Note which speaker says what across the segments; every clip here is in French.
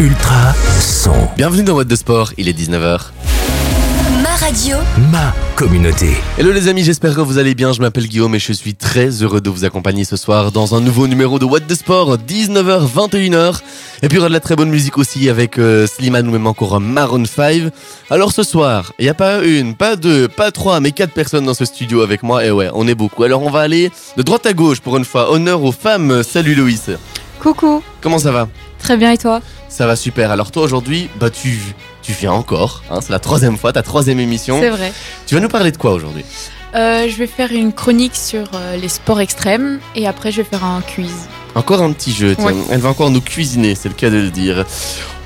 Speaker 1: Ultra son.
Speaker 2: Bienvenue dans What de Sport, il est 19h.
Speaker 3: Ma radio.
Speaker 1: Ma communauté.
Speaker 2: Hello les amis, j'espère que vous allez bien. Je m'appelle Guillaume et je suis très heureux de vous accompagner ce soir dans un nouveau numéro de What the Sport, 19h, 21h. Et puis il y aura de la très bonne musique aussi avec euh, Slimane ou même encore un Maroon 5. Alors ce soir, il n'y a pas une, pas deux, pas trois, mais quatre personnes dans ce studio avec moi. Et ouais, on est beaucoup. Alors on va aller de droite à gauche pour une fois. Honneur aux femmes. Salut Loïs.
Speaker 4: Coucou,
Speaker 2: Comment ça va
Speaker 4: très bien et toi
Speaker 2: Ça va super. Alors toi aujourd'hui, bah tu, tu viens encore. hein, c'est la troisième fois, ta troisième émission.
Speaker 4: C'est vrai.
Speaker 2: Tu vas nous parler de quoi aujourd'hui
Speaker 4: Euh, je vais faire une chronique sur euh, les sports extrêmes et après je vais faire un quiz.
Speaker 2: Encore un petit jeu, tiens.
Speaker 4: Ouais.
Speaker 2: elle va encore nous cuisiner, c'est le cas de le dire.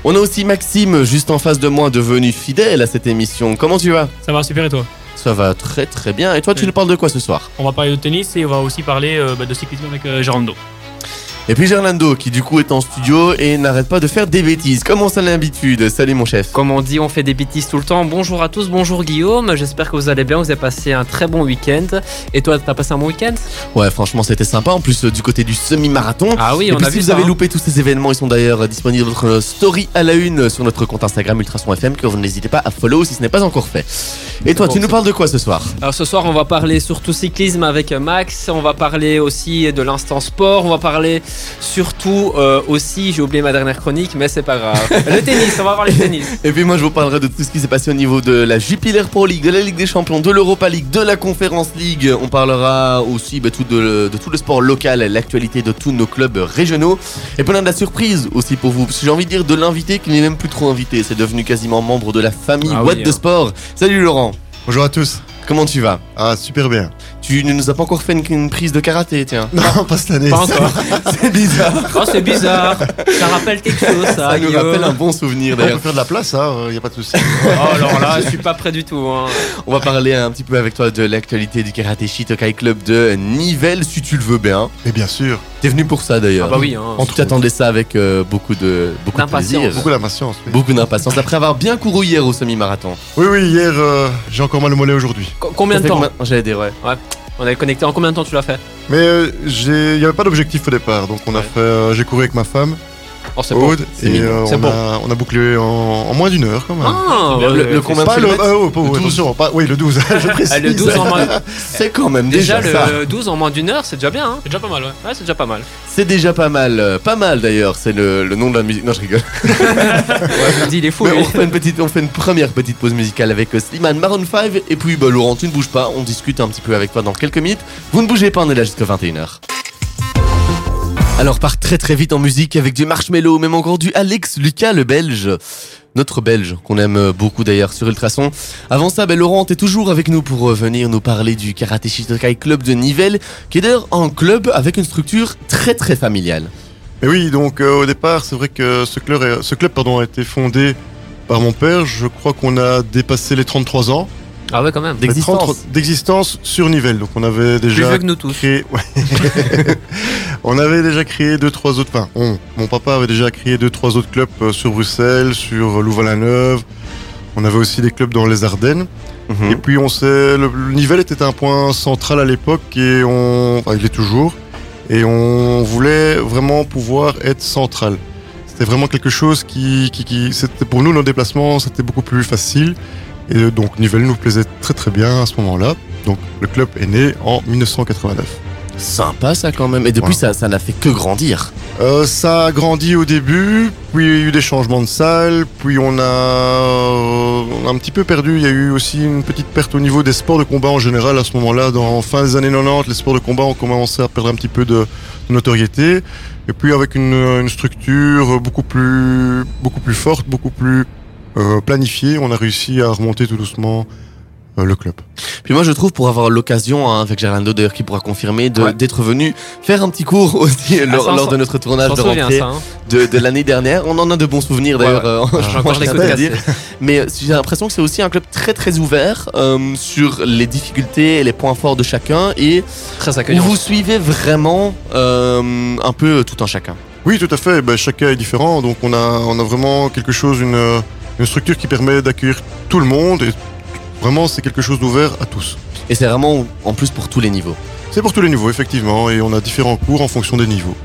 Speaker 2: On a aussi Maxime, juste en face de moi, devenu fidèle à cette émission. Comment tu vas
Speaker 5: Ça va super et toi
Speaker 2: Ça va très très bien. Et toi, tu
Speaker 5: Oui.
Speaker 2: nous parles de quoi ce soir
Speaker 5: On va parler de tennis et on va aussi parler euh, bah, de cyclisme avec euh, Gerlando.
Speaker 2: Et puis Gerlando, qui du coup est en studio et n'arrête pas de faire des bêtises, comme on a l'habitude. Salut mon chef.
Speaker 6: Comme on dit, on fait des bêtises tout le temps. Bonjour à tous, bonjour Guillaume. J'espère que vous allez bien, vous avez passé un très bon week-end. Et toi, t'as passé un bon week-end
Speaker 2: Ouais, franchement, c'était sympa. En plus, euh, du côté du semi-marathon.
Speaker 6: Ah oui,
Speaker 2: et
Speaker 6: on
Speaker 2: puis,
Speaker 6: a
Speaker 2: si
Speaker 6: vu
Speaker 2: vous
Speaker 6: ça,
Speaker 2: avez
Speaker 6: hein.
Speaker 2: loupé tous ces événements, ils sont d'ailleurs euh, disponibles dans notre story à la une sur notre compte Instagram Ultrason FM que vous n'hésitez pas à follow si ce n'est pas encore fait. Et toi,
Speaker 6: bon,
Speaker 2: tu nous
Speaker 6: c'est
Speaker 2: parles de quoi ce soir
Speaker 6: Alors ce soir, on va parler surtout cyclisme avec Max. On va parler aussi de l'instant sport. On va parler surtout euh, aussi, j'ai oublié ma dernière chronique, mais c'est pas grave. le tennis, on va parler de tennis.
Speaker 2: Et puis moi je vous parlerai de tout ce qui s'est passé au niveau de la Jupiler Pro League, de la Ligue des Champions, de l'Europa League, de la Conference League. On parlera aussi bah, tout de, de tout le sport local, l'actualité de tous nos clubs régionaux. Et plein de la surprise aussi pour vous. Parce que j'ai envie de dire de l'invité qui n'est même plus trop invité. C'est devenu quasiment membre de la famille
Speaker 6: Ah
Speaker 2: What
Speaker 6: oui,
Speaker 2: the
Speaker 6: hein.
Speaker 2: Sport. Salut Laurent,
Speaker 7: Bonjour à tous.
Speaker 2: comment tu vas
Speaker 7: Ah, super bien.
Speaker 2: Tu ne nous as pas encore fait une, une prise de karaté, tiens.
Speaker 7: Non, pas cette année.
Speaker 6: Pas encore.
Speaker 2: C'est bizarre.
Speaker 6: Oh, c'est bizarre. Ça rappelle quelque chose, ça.
Speaker 2: Ça nous
Speaker 6: Guillaume.
Speaker 2: rappelle un bon souvenir
Speaker 7: On peut
Speaker 2: d'ailleurs.
Speaker 7: faire de la place, hein, il n'y a pas de souci.
Speaker 6: Oh, alors là, je suis pas prêt du tout. hein.
Speaker 2: On va parler un petit peu avec toi de l'actualité du karaté Shitokai Club de Nivelles, si tu le veux bien.
Speaker 7: Mais bien sûr,
Speaker 2: T'es venu pour ça d'ailleurs.
Speaker 6: Ah bah oui. hein.
Speaker 2: On tout attendait ça avec euh, beaucoup de beaucoup de
Speaker 6: D'impatience.
Speaker 2: plaisir.
Speaker 7: beaucoup d'impatience. Oui.
Speaker 2: Beaucoup d'impatience. Après avoir bien couru hier au semi-marathon.
Speaker 7: oui, oui, hier, euh, j'ai encore mal au mollet aujourd'hui.
Speaker 6: Co- Combien
Speaker 2: Ça
Speaker 6: de
Speaker 2: fait
Speaker 6: temps
Speaker 2: combien- J'allais dire ouais.
Speaker 6: On est connecté. En combien de temps tu l'as fait
Speaker 7: Mais euh, j'ai- il n'y avait pas d'objectif au départ, donc on a
Speaker 6: Ouais.
Speaker 7: fait. euh, j'ai couru avec ma femme,
Speaker 6: Oh, c'est bon.
Speaker 7: Aude,
Speaker 2: c'est
Speaker 7: et
Speaker 2: mignon,
Speaker 7: euh,
Speaker 6: c'est
Speaker 7: on,
Speaker 6: bon.
Speaker 7: a, on a bouclé en, en moins d'une heure quand même.
Speaker 6: Ah,
Speaker 2: Le- le- le combien de
Speaker 7: pas le,
Speaker 2: kilomètres
Speaker 7: ah, oh, pas-
Speaker 2: Le
Speaker 7: oh,
Speaker 2: 12.
Speaker 7: attention, pas- oui, le 12, je précise.
Speaker 6: Ah, le 12 en moins-
Speaker 2: C'est quand même déjà,
Speaker 6: Déjà, le
Speaker 2: ça.
Speaker 6: le 12 en moins d'une heure, c'est déjà bien. Hein
Speaker 5: C'est déjà pas mal, ouais.
Speaker 6: ouais, c'est déjà pas mal.
Speaker 2: C'est déjà pas mal. Euh, Pas mal d'ailleurs. C'est le, le nom de la musique. Non, je rigole.
Speaker 6: je me dis, il est fou.
Speaker 2: Mais
Speaker 6: lui.
Speaker 2: on, fait une petite, on fait une première petite pause musicale avec euh, Slimane Maroon 5. Et puis, bah, Laurent, tu ne bouges pas. On discute un petit peu avec toi dans quelques minutes. Vous ne bougez pas, on est là jusqu'à 21h. Alors, part très très vite en musique avec du marshmallow, même encore du Alex Lucas, le belge. Notre belge, qu'on aime beaucoup d'ailleurs sur Ultrason. Avant ça, ben Laurent, t'es toujours avec nous pour euh, venir nous parler du Karate Shitokai Club de Nivelles, qui est d'ailleurs un club avec une structure très très familiale.
Speaker 7: Mais oui, donc euh, au départ, c'est vrai que ce club, est- ce club pardon, a été fondé par mon père. Je crois qu'on a dépassé les 33 ans.
Speaker 6: Ah ouais, quand même.
Speaker 7: Les
Speaker 2: D'existence.
Speaker 7: 33 D'existence sur Nivelles. Donc on avait
Speaker 6: Plus
Speaker 7: déjà
Speaker 6: vieux que nous tous.
Speaker 7: créé. ouais. on avait déjà créé deux, trois autres. Enfin, on. Mon papa avait déjà créé deux, trois autres clubs euh, sur Bruxelles, sur Louvain-la-Neuve. On avait aussi des clubs dans les Ardennes.
Speaker 2: Mhm.
Speaker 7: Et puis on s'est, le, le Nivelles était un point central à l'époque et on, enfin, il est toujours, et on voulait vraiment pouvoir être central. C'était vraiment quelque chose qui, qui, qui- c'était pour nous nos déplacements, c'était beaucoup plus facile. Et donc Nivelles nous plaisait très très bien à ce moment-là. Donc le club est né en 1989.
Speaker 2: Sympa ça quand même. Et depuis,
Speaker 7: Ouais.
Speaker 2: ça ça n'a fait que grandir.
Speaker 7: Euh, ça a grandi au début, puis il y a eu des changements de salle, puis on a, euh, on a un petit peu perdu. Il y a eu aussi une petite perte au niveau des sports de combat en général à ce moment-là. Dans fin des années 90, les sports de combat ont commencé à perdre un petit peu de, de notoriété. Et puis avec une, une structure beaucoup plus, beaucoup plus forte, beaucoup plus euh, planifiée, on a réussi à remonter tout doucement euh, le club.
Speaker 2: Puis moi je trouve pour avoir l'occasion hein, avec Gerlando d'ailleurs qui pourra confirmer de-
Speaker 6: Ouais.
Speaker 2: d'être venu faire un petit cours aussi lors,
Speaker 6: ça, on
Speaker 2: lors de
Speaker 6: s'en-
Speaker 2: notre tournage
Speaker 6: J'en
Speaker 2: de
Speaker 6: souviens,
Speaker 2: rentrée
Speaker 6: ça. hein.
Speaker 2: de, de l'année dernière. On en a de bons souvenirs d'ailleurs. euh, je
Speaker 6: J'ai
Speaker 2: pense
Speaker 6: encore les
Speaker 2: qu'on
Speaker 6: côtes
Speaker 2: peut le dire.
Speaker 6: cassées.
Speaker 2: Mais euh, j'ai l'impression que c'est aussi un club très très ouvert euh, sur les difficultés et les points forts de chacun et
Speaker 6: Très
Speaker 2: où
Speaker 6: accueillant.
Speaker 2: vous suivez vraiment euh, un peu tout un chacun.
Speaker 7: Oui, tout à fait. Ben, chacun est différent, donc on a, on a vraiment quelque chose, une, euh, une structure qui permet d'accueillir tout le monde. Et vraiment, c'est quelque chose d'ouvert à tous.
Speaker 2: Et c'est vraiment en plus pour tous les niveaux.
Speaker 7: C'est pour tous les niveaux, effectivement, et on a différents cours en fonction des niveaux.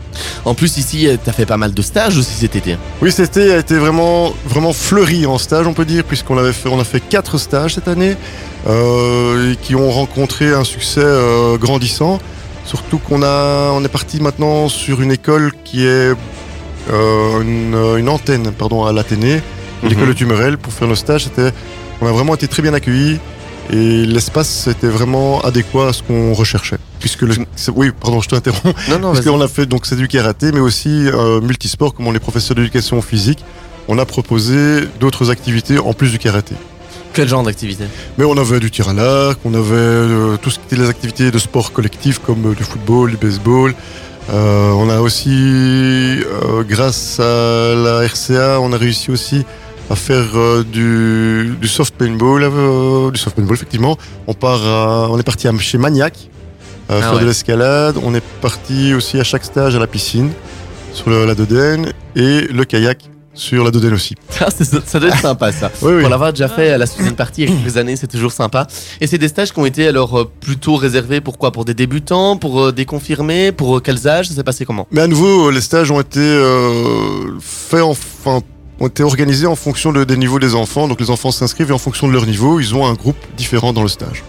Speaker 2: En plus, ici, euh, t'as fait pas mal de stages aussi cet été.
Speaker 7: Oui, cet été a été vraiment, vraiment fleuri en stage, on peut dire, puisqu'on avait fait, on a fait quatre stages cette année, euh, et qui ont rencontré un succès euh, grandissant. Surtout qu'on a, on est parti maintenant sur une école qui est euh, une, une antenne, pardon, à l'Athénée, l'école de Tumurel, pour faire nos stages. C'était, on a vraiment été très bien accueillis. Et l'espace était vraiment adéquat à ce qu'on recherchait. Puisque le, c'est- oui, pardon, je t'interromps.
Speaker 2: Non, non,
Speaker 7: Parce qu'on a fait donc c'est du karaté, mais aussi euh, multisport, comme on est professeur d'éducation physique, on a proposé d'autres activités en plus du karaté.
Speaker 2: Quel genre d'activité
Speaker 7: Mais on avait du tir à l'arc, on avait euh, tout ce qui était les activités de sport collectif comme euh, du football, du baseball. Euh, on a aussi, euh, grâce à la RCA, on a réussi aussi à faire euh, du, du soft paintball, euh, du soft paintball effectivement. On part, à- on est parti à, chez Maniac euh,
Speaker 2: Ah
Speaker 7: faire
Speaker 2: ouais.
Speaker 7: de l'escalade. On est parti aussi à chaque stage à la piscine sur le- la Dodène et le kayak sur la Dodène aussi.
Speaker 2: ça, Ah, c'est- ça doit être sympa ça.
Speaker 7: Oui, oui.
Speaker 2: Pour l'avoir déjà fait à la Susan Party il y a quelques années, c'est toujours sympa. Et c'est des stages qui ont été alors euh, plutôt réservés pour quoi Pour des débutants, pour euh, des confirmés, pour euh, quels âges Ça s'est passé comment
Speaker 7: Mais à nouveau, euh, les stages ont été euh, faits en- enfin, ont été organisés en fonction de- des niveaux des enfants. Donc les enfants s'inscrivent et en fonction de leur niveau, ils ont un groupe différent dans le stage.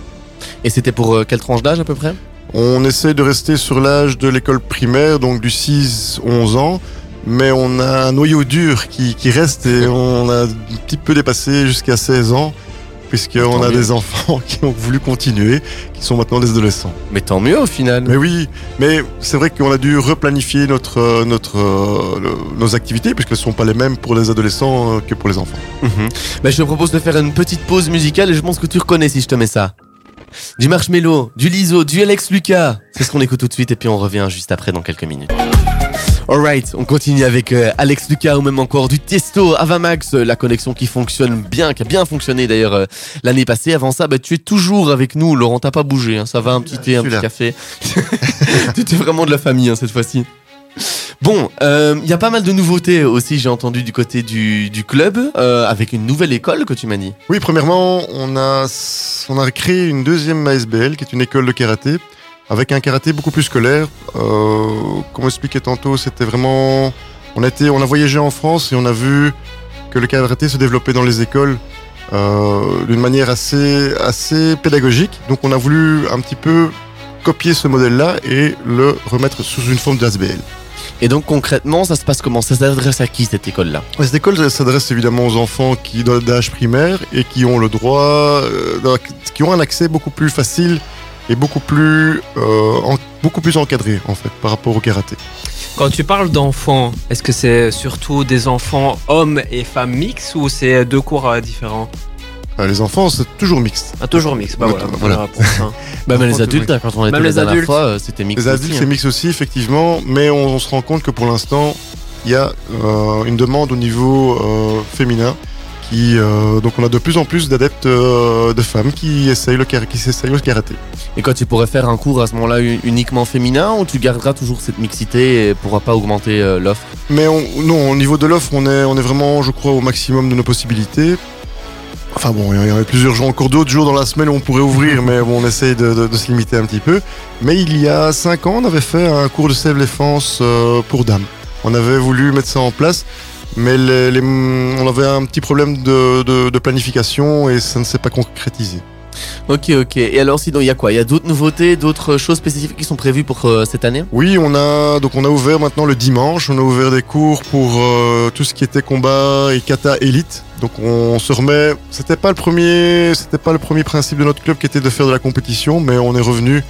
Speaker 2: Et c'était pour euh, quelle tranche d'âge à peu près
Speaker 7: On essaie de rester sur l'âge de l'école primaire, donc du 6-11 ans. Mais on a un noyau dur qui, qui reste et on a un petit peu dépassé jusqu'à 16 ans, puisqu'on a
Speaker 2: mieux.
Speaker 7: des enfants qui ont voulu continuer, qui sont maintenant des adolescents.
Speaker 2: Mais tant mieux au final.
Speaker 7: Mais oui, mais c'est vrai qu'on a dû replanifier notre, euh, notre, euh, le- nos activités, puisqu'elles ne sont pas les mêmes pour les adolescents euh, que pour les enfants.
Speaker 2: Mhm. Bah, je te propose de faire une petite pause musicale et je pense que tu reconnais si je te mets ça. Du Marshmello, du Liso, du Alex Lucas. C'est ce qu'on écoute tout de suite et puis on revient juste après dans quelques minutes. Alright, on continue avec euh, Alex Lucas ou même encore du Testo, Avamax, euh, la connexion qui fonctionne bien, qui a bien fonctionné d'ailleurs euh, l'année passée. Avant ça, bah, tu es toujours avec nous, Laurent, t'as pas bougé, hein, ça va, un petit thé, un petit
Speaker 7: Celui-là.
Speaker 2: café. tu es vraiment de la famille hein, cette fois-ci. Bon, euh, il y a pas mal de nouveautés aussi, j'ai entendu du côté du, du club, euh, avec une nouvelle école que tu m'as dit.
Speaker 7: Oui, premièrement, on a, on a créé une deuxième ASBL, qui est une école de karaté, avec un karaté beaucoup plus scolaire. Euh, comme expliqué tantôt, c'était vraiment... On a, été, on a voyagé en France et on a vu que le karaté se développait dans les écoles euh, d'une manière assez, assez pédagogique. Donc on a voulu un petit peu copier ce modèle-là et le remettre sous une forme d'ASBL.
Speaker 2: Et donc concrètement, ça se passe comment Ça s'adresse à qui cette école-là
Speaker 7: Ouais, Cette école elle s'adresse évidemment aux enfants qui d'un- d'âge primaire et qui ont le droit, euh, d'un- qui ont un accès beaucoup plus facile et beaucoup plus, euh, en- beaucoup plus encadré en fait par rapport au karaté.
Speaker 6: Quand tu parles d'enfants, est-ce que c'est surtout des enfants hommes et femmes mixtes ou c'est deux cours euh, différents
Speaker 7: Euh, les enfants, c'est toujours mixte.
Speaker 6: Ah, Toujours mixtes, bah voilà.
Speaker 7: Voilà.
Speaker 6: bonne réponse, hein.
Speaker 2: Bah, même les
Speaker 7: Franchement,
Speaker 2: adultes, hein, quand on était
Speaker 6: Même
Speaker 2: la
Speaker 6: les
Speaker 2: dernière
Speaker 6: adultes.
Speaker 2: fois, euh, c'était mixte.
Speaker 7: Les adultes,
Speaker 2: aussi, hein.
Speaker 7: c'est mixte aussi effectivement, mais on, on se rend compte que pour l'instant, il y a euh, une demande au niveau euh, féminin. Qui, euh, donc on a de plus en plus d'adeptes euh, de femmes qui essayent le, kara- qui s'essayent au karaté.
Speaker 2: Et quand tu pourrais faire un cours à ce moment-là u- uniquement féminin ou tu garderas toujours cette mixité et pourras pas augmenter euh, l'offre
Speaker 7: Mais on- non, au niveau de l'offre, on est, on est vraiment, je crois, au maximum de nos possibilités. Enfin bon, il y en a plusieurs jours, encore d'autres jours dans la semaine où on pourrait ouvrir, mais bon, on essaye de, de- de se limiter un petit peu. Mais il y a cinq ans, on avait fait un cours de save défense euh, pour dames. On avait voulu mettre ça en place, mais les- les- on avait un petit problème de, de- de planification et ça ne s'est pas concrétisé.
Speaker 2: Ok, ok. Et alors sinon, il y a quoi Il y a d'autres nouveautés, d'autres euh, choses spécifiques qui sont prévues pour euh, cette année
Speaker 7: Oui, on a donc on a ouvert maintenant le dimanche, on a ouvert des cours pour euh, tout ce qui était combat et kata élite. Donc on se remet, c'était pas le premier, c'était pas le premier principe de notre club qui était de faire de la compétition, mais on est revenu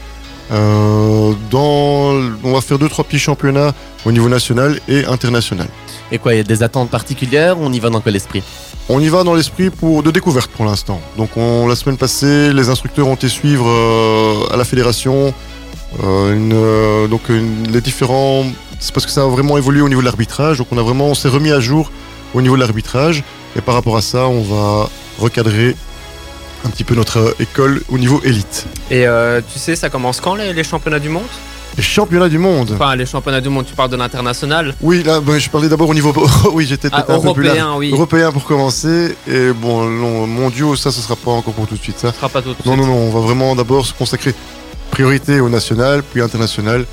Speaker 7: euh, dans on va faire deux trois petits championnats au niveau national et international.
Speaker 2: Et quoi Il y a des attentes particulières On y va dans quel esprit
Speaker 7: On y va dans l'esprit pour de découverte pour l'instant. Donc on, la semaine passée, les instructeurs ont été suivre euh, à la fédération euh, une, euh, donc une- les différents. C'est parce que ça a vraiment évolué au niveau de l'arbitrage. Donc on a vraiment, on s'est remis à jour au niveau de l'arbitrage. Et par rapport à ça, on va recadrer un petit peu notre euh, école au niveau élite.
Speaker 6: Et euh, tu sais, ça commence quand les, les championnats du monde
Speaker 7: Les championnats du monde.
Speaker 6: Enfin, les championnats du monde, tu parles de l'international.
Speaker 7: Oui, là, ben, je parlais d'abord au niveau. oui, j'étais
Speaker 6: Ah,
Speaker 7: peut-être un peu plus large.
Speaker 6: européen, oui. Ce
Speaker 7: Européen pour commencer. Et bon, non, mon dieu, ça, ce sera pas encore pour tout de suite. Ça,
Speaker 6: sera pas tout de
Speaker 7: Non,
Speaker 6: suite.
Speaker 7: non, non, on va vraiment d'abord se consacrer priorité au national, puis international,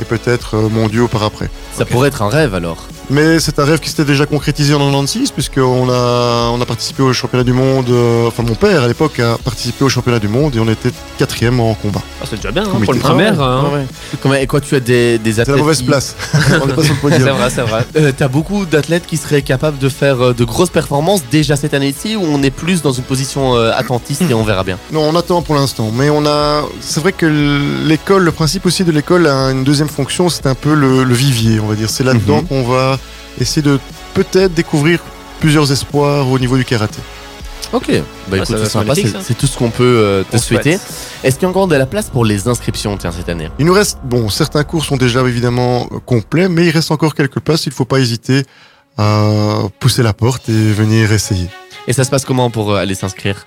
Speaker 7: et peut-être euh, mondiaux par après.
Speaker 2: Ça pourrait être un rêve alors.
Speaker 7: Mais c'est un rêve qui s'était déjà concrétisé en 96, puisqu'on a, on a participé au championnat du monde. euh, enfin, mon père à l'époque a participé au championnat du monde et on était quatrième en combat.
Speaker 6: Ah, c'est déjà bien hein,
Speaker 7: Comité.
Speaker 6: pour le premier.
Speaker 7: Ah
Speaker 6: hein.
Speaker 2: Comment- et quoi, tu as des, des
Speaker 7: C'est
Speaker 2: athlètes
Speaker 7: la mauvaise
Speaker 2: qui-
Speaker 7: place. Ah on n'est pas sur le
Speaker 6: C'est
Speaker 7: podium.
Speaker 6: vrai, c'est vrai.
Speaker 2: Euh, T'as beaucoup d'athlètes qui seraient capables de faire euh, de grosses performances déjà cette année-ci ou on est plus dans une position euh, attentiste et on verra bien.
Speaker 7: Non, on attend pour l'instant. Mais on a. C'est vrai que l'école, le principe aussi de l'école a une deuxième fonction, c'est un peu le, le vivier, on va dire. C'est là-dedans
Speaker 2: Mhm.
Speaker 7: qu'on va essayer de peut-être découvrir plusieurs espoirs au niveau du karaté.
Speaker 2: Ok, bah
Speaker 6: Ah, ça
Speaker 2: écoute,
Speaker 6: va
Speaker 2: c'est
Speaker 6: être
Speaker 2: sympa,
Speaker 6: magnifique,
Speaker 2: c'est-
Speaker 6: ça.
Speaker 2: c'est tout ce qu'on peut euh, te
Speaker 6: On
Speaker 2: souhaiter. Est-ce qu'il y a encore de la place pour les inscriptions tiens, cette année
Speaker 7: Il nous reste, bon, certains cours sont déjà évidemment euh, complets, mais il reste encore quelques places. Il ne faut pas hésiter à pousser la porte et venir essayer.
Speaker 2: Et ça se passe comment pour euh, aller s'inscrire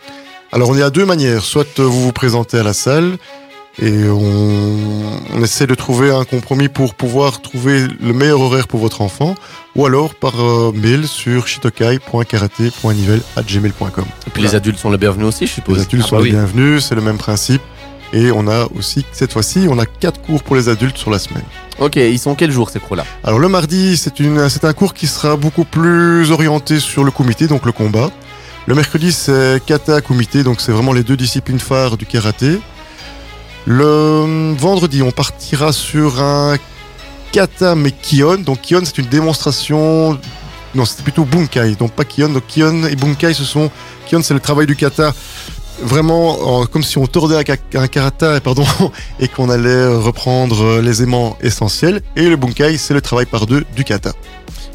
Speaker 7: Alors, on est à deux manières. Soit euh, vous vous présentez à la salle et on, on essaie de trouver un compromis pour pouvoir trouver le meilleur horaire pour votre enfant, ou alors par euh, mail sur shitokai.karaté.nivel.gmail.com.
Speaker 2: Et puis les adultes sont les bienvenus aussi, je suppose.
Speaker 7: Les adultes
Speaker 2: Ah
Speaker 7: sont
Speaker 2: bah
Speaker 7: les
Speaker 2: oui.
Speaker 7: bienvenus, c'est le même principe. Et on a aussi, cette fois-ci, on a quatre cours pour les adultes sur la semaine.
Speaker 2: Ok, ils sont quel jour ces cours-là
Speaker 7: Alors le mardi, c'est une- c'est un cours qui sera beaucoup plus orienté sur le kumité, donc le combat. Le mercredi, c'est kata kumité, donc c'est vraiment les deux disciplines phares du karaté. Le euh, vendredi, on partira sur un kata mais kion. Donc kion, c'est une démonstration. Non, c'était plutôt bunkai, donc pas kion. Donc kion et bunkai, ce sont kion, c'est le travail du kata. Vraiment, en- comme si on tordait un ka- un karata, pardon, et qu'on allait reprendre euh, les aimants essentiels. Et le bunkai, c'est le travail par deux du kata.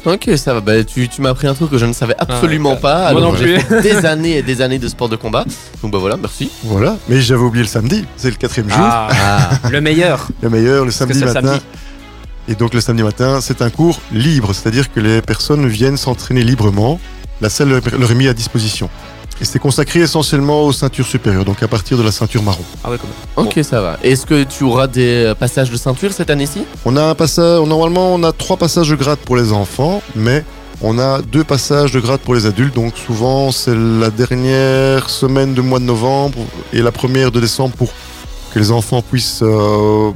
Speaker 2: Ok, ça va. Bah, tu tu m'as appris un truc que je ne savais absolument
Speaker 6: Ah, ouais,
Speaker 2: pas.
Speaker 6: Moi
Speaker 2: alors
Speaker 6: non
Speaker 2: que j'ai fait des années et des années de sport de combat. Donc bah voilà, merci.
Speaker 7: Voilà. Mais j'avais oublié le samedi. C'est le quatrième jour.
Speaker 6: Ah, le meilleur.
Speaker 7: Le meilleur, le samedi
Speaker 6: c'est le
Speaker 7: matin.
Speaker 6: samedi.
Speaker 7: Et donc le samedi matin, c'est un cours libre. C'est-à-dire que les personnes viennent s'entraîner librement. La salle leur leur est mise à disposition. Et c'est consacré essentiellement aux ceintures supérieures, donc à partir de la ceinture marron.
Speaker 6: Ah ouais, quand même.
Speaker 2: ok, ça va. Est-ce que tu auras des euh, passages de ceinture cette année-ci
Speaker 7: On a un passage, normalement, on a trois passages de grade pour les enfants, mais on a deux passages de grade pour les adultes. Donc souvent, c'est la dernière semaine du mois de novembre et la première de décembre pour que les enfants puissent euh,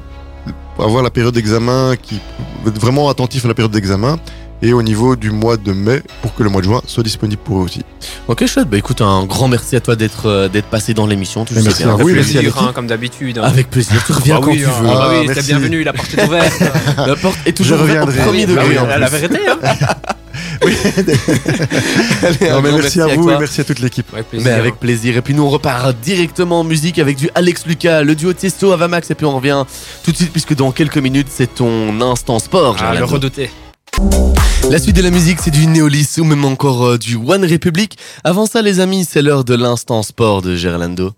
Speaker 7: avoir la période d'examen, qui être vraiment attentif à la période d'examen. Et au niveau du mois de mai, pour que le mois de juin soit disponible pour eux aussi.
Speaker 2: Ok, chouette. Bah écoute, un grand merci à toi d'être euh, d'être passé dans l'émission. Tu le sais
Speaker 7: Merci
Speaker 2: bien.
Speaker 7: à vous. Oui,
Speaker 6: Le
Speaker 7: merci à
Speaker 6: plaisir,
Speaker 7: l'équipe.
Speaker 6: hein, comme d'habitude. hein.
Speaker 2: Avec plaisir. Tu reviens
Speaker 6: Ah
Speaker 2: quand
Speaker 6: oui,
Speaker 2: tu
Speaker 6: hein.
Speaker 2: veux.
Speaker 6: Ah bah
Speaker 7: Ah,
Speaker 6: oui, t'es
Speaker 7: merci.
Speaker 6: bienvenu, la porte est ouverte.
Speaker 2: La porte est toujours
Speaker 7: Je
Speaker 2: ouverte au
Speaker 7: reviendrai.
Speaker 2: premier
Speaker 7: Bah
Speaker 6: Ah
Speaker 2: degré.
Speaker 6: oui,
Speaker 2: en
Speaker 6: la,
Speaker 2: plus.
Speaker 6: la vérité, hein.
Speaker 2: Allez, un
Speaker 7: Ah, Non, mais
Speaker 2: grand
Speaker 7: merci à vous
Speaker 2: toi.
Speaker 7: et merci à toute l'équipe.
Speaker 6: Ouais, plaisir.
Speaker 2: Mais avec plaisir. Et puis nous, on repart directement en musique avec du Alex Lucas, le duo Tiesto, Avamax. Et puis on revient tout de suite, puisque dans quelques minutes, c'est ton instant sport.
Speaker 6: Ah,
Speaker 2: Gerlando.
Speaker 6: le redouté.
Speaker 2: La suite de la musique, c'est du Néolis ou même encore euh, du One Republic. Avant ça, les amis, c'est l'heure de l'instant sport de Gerlando.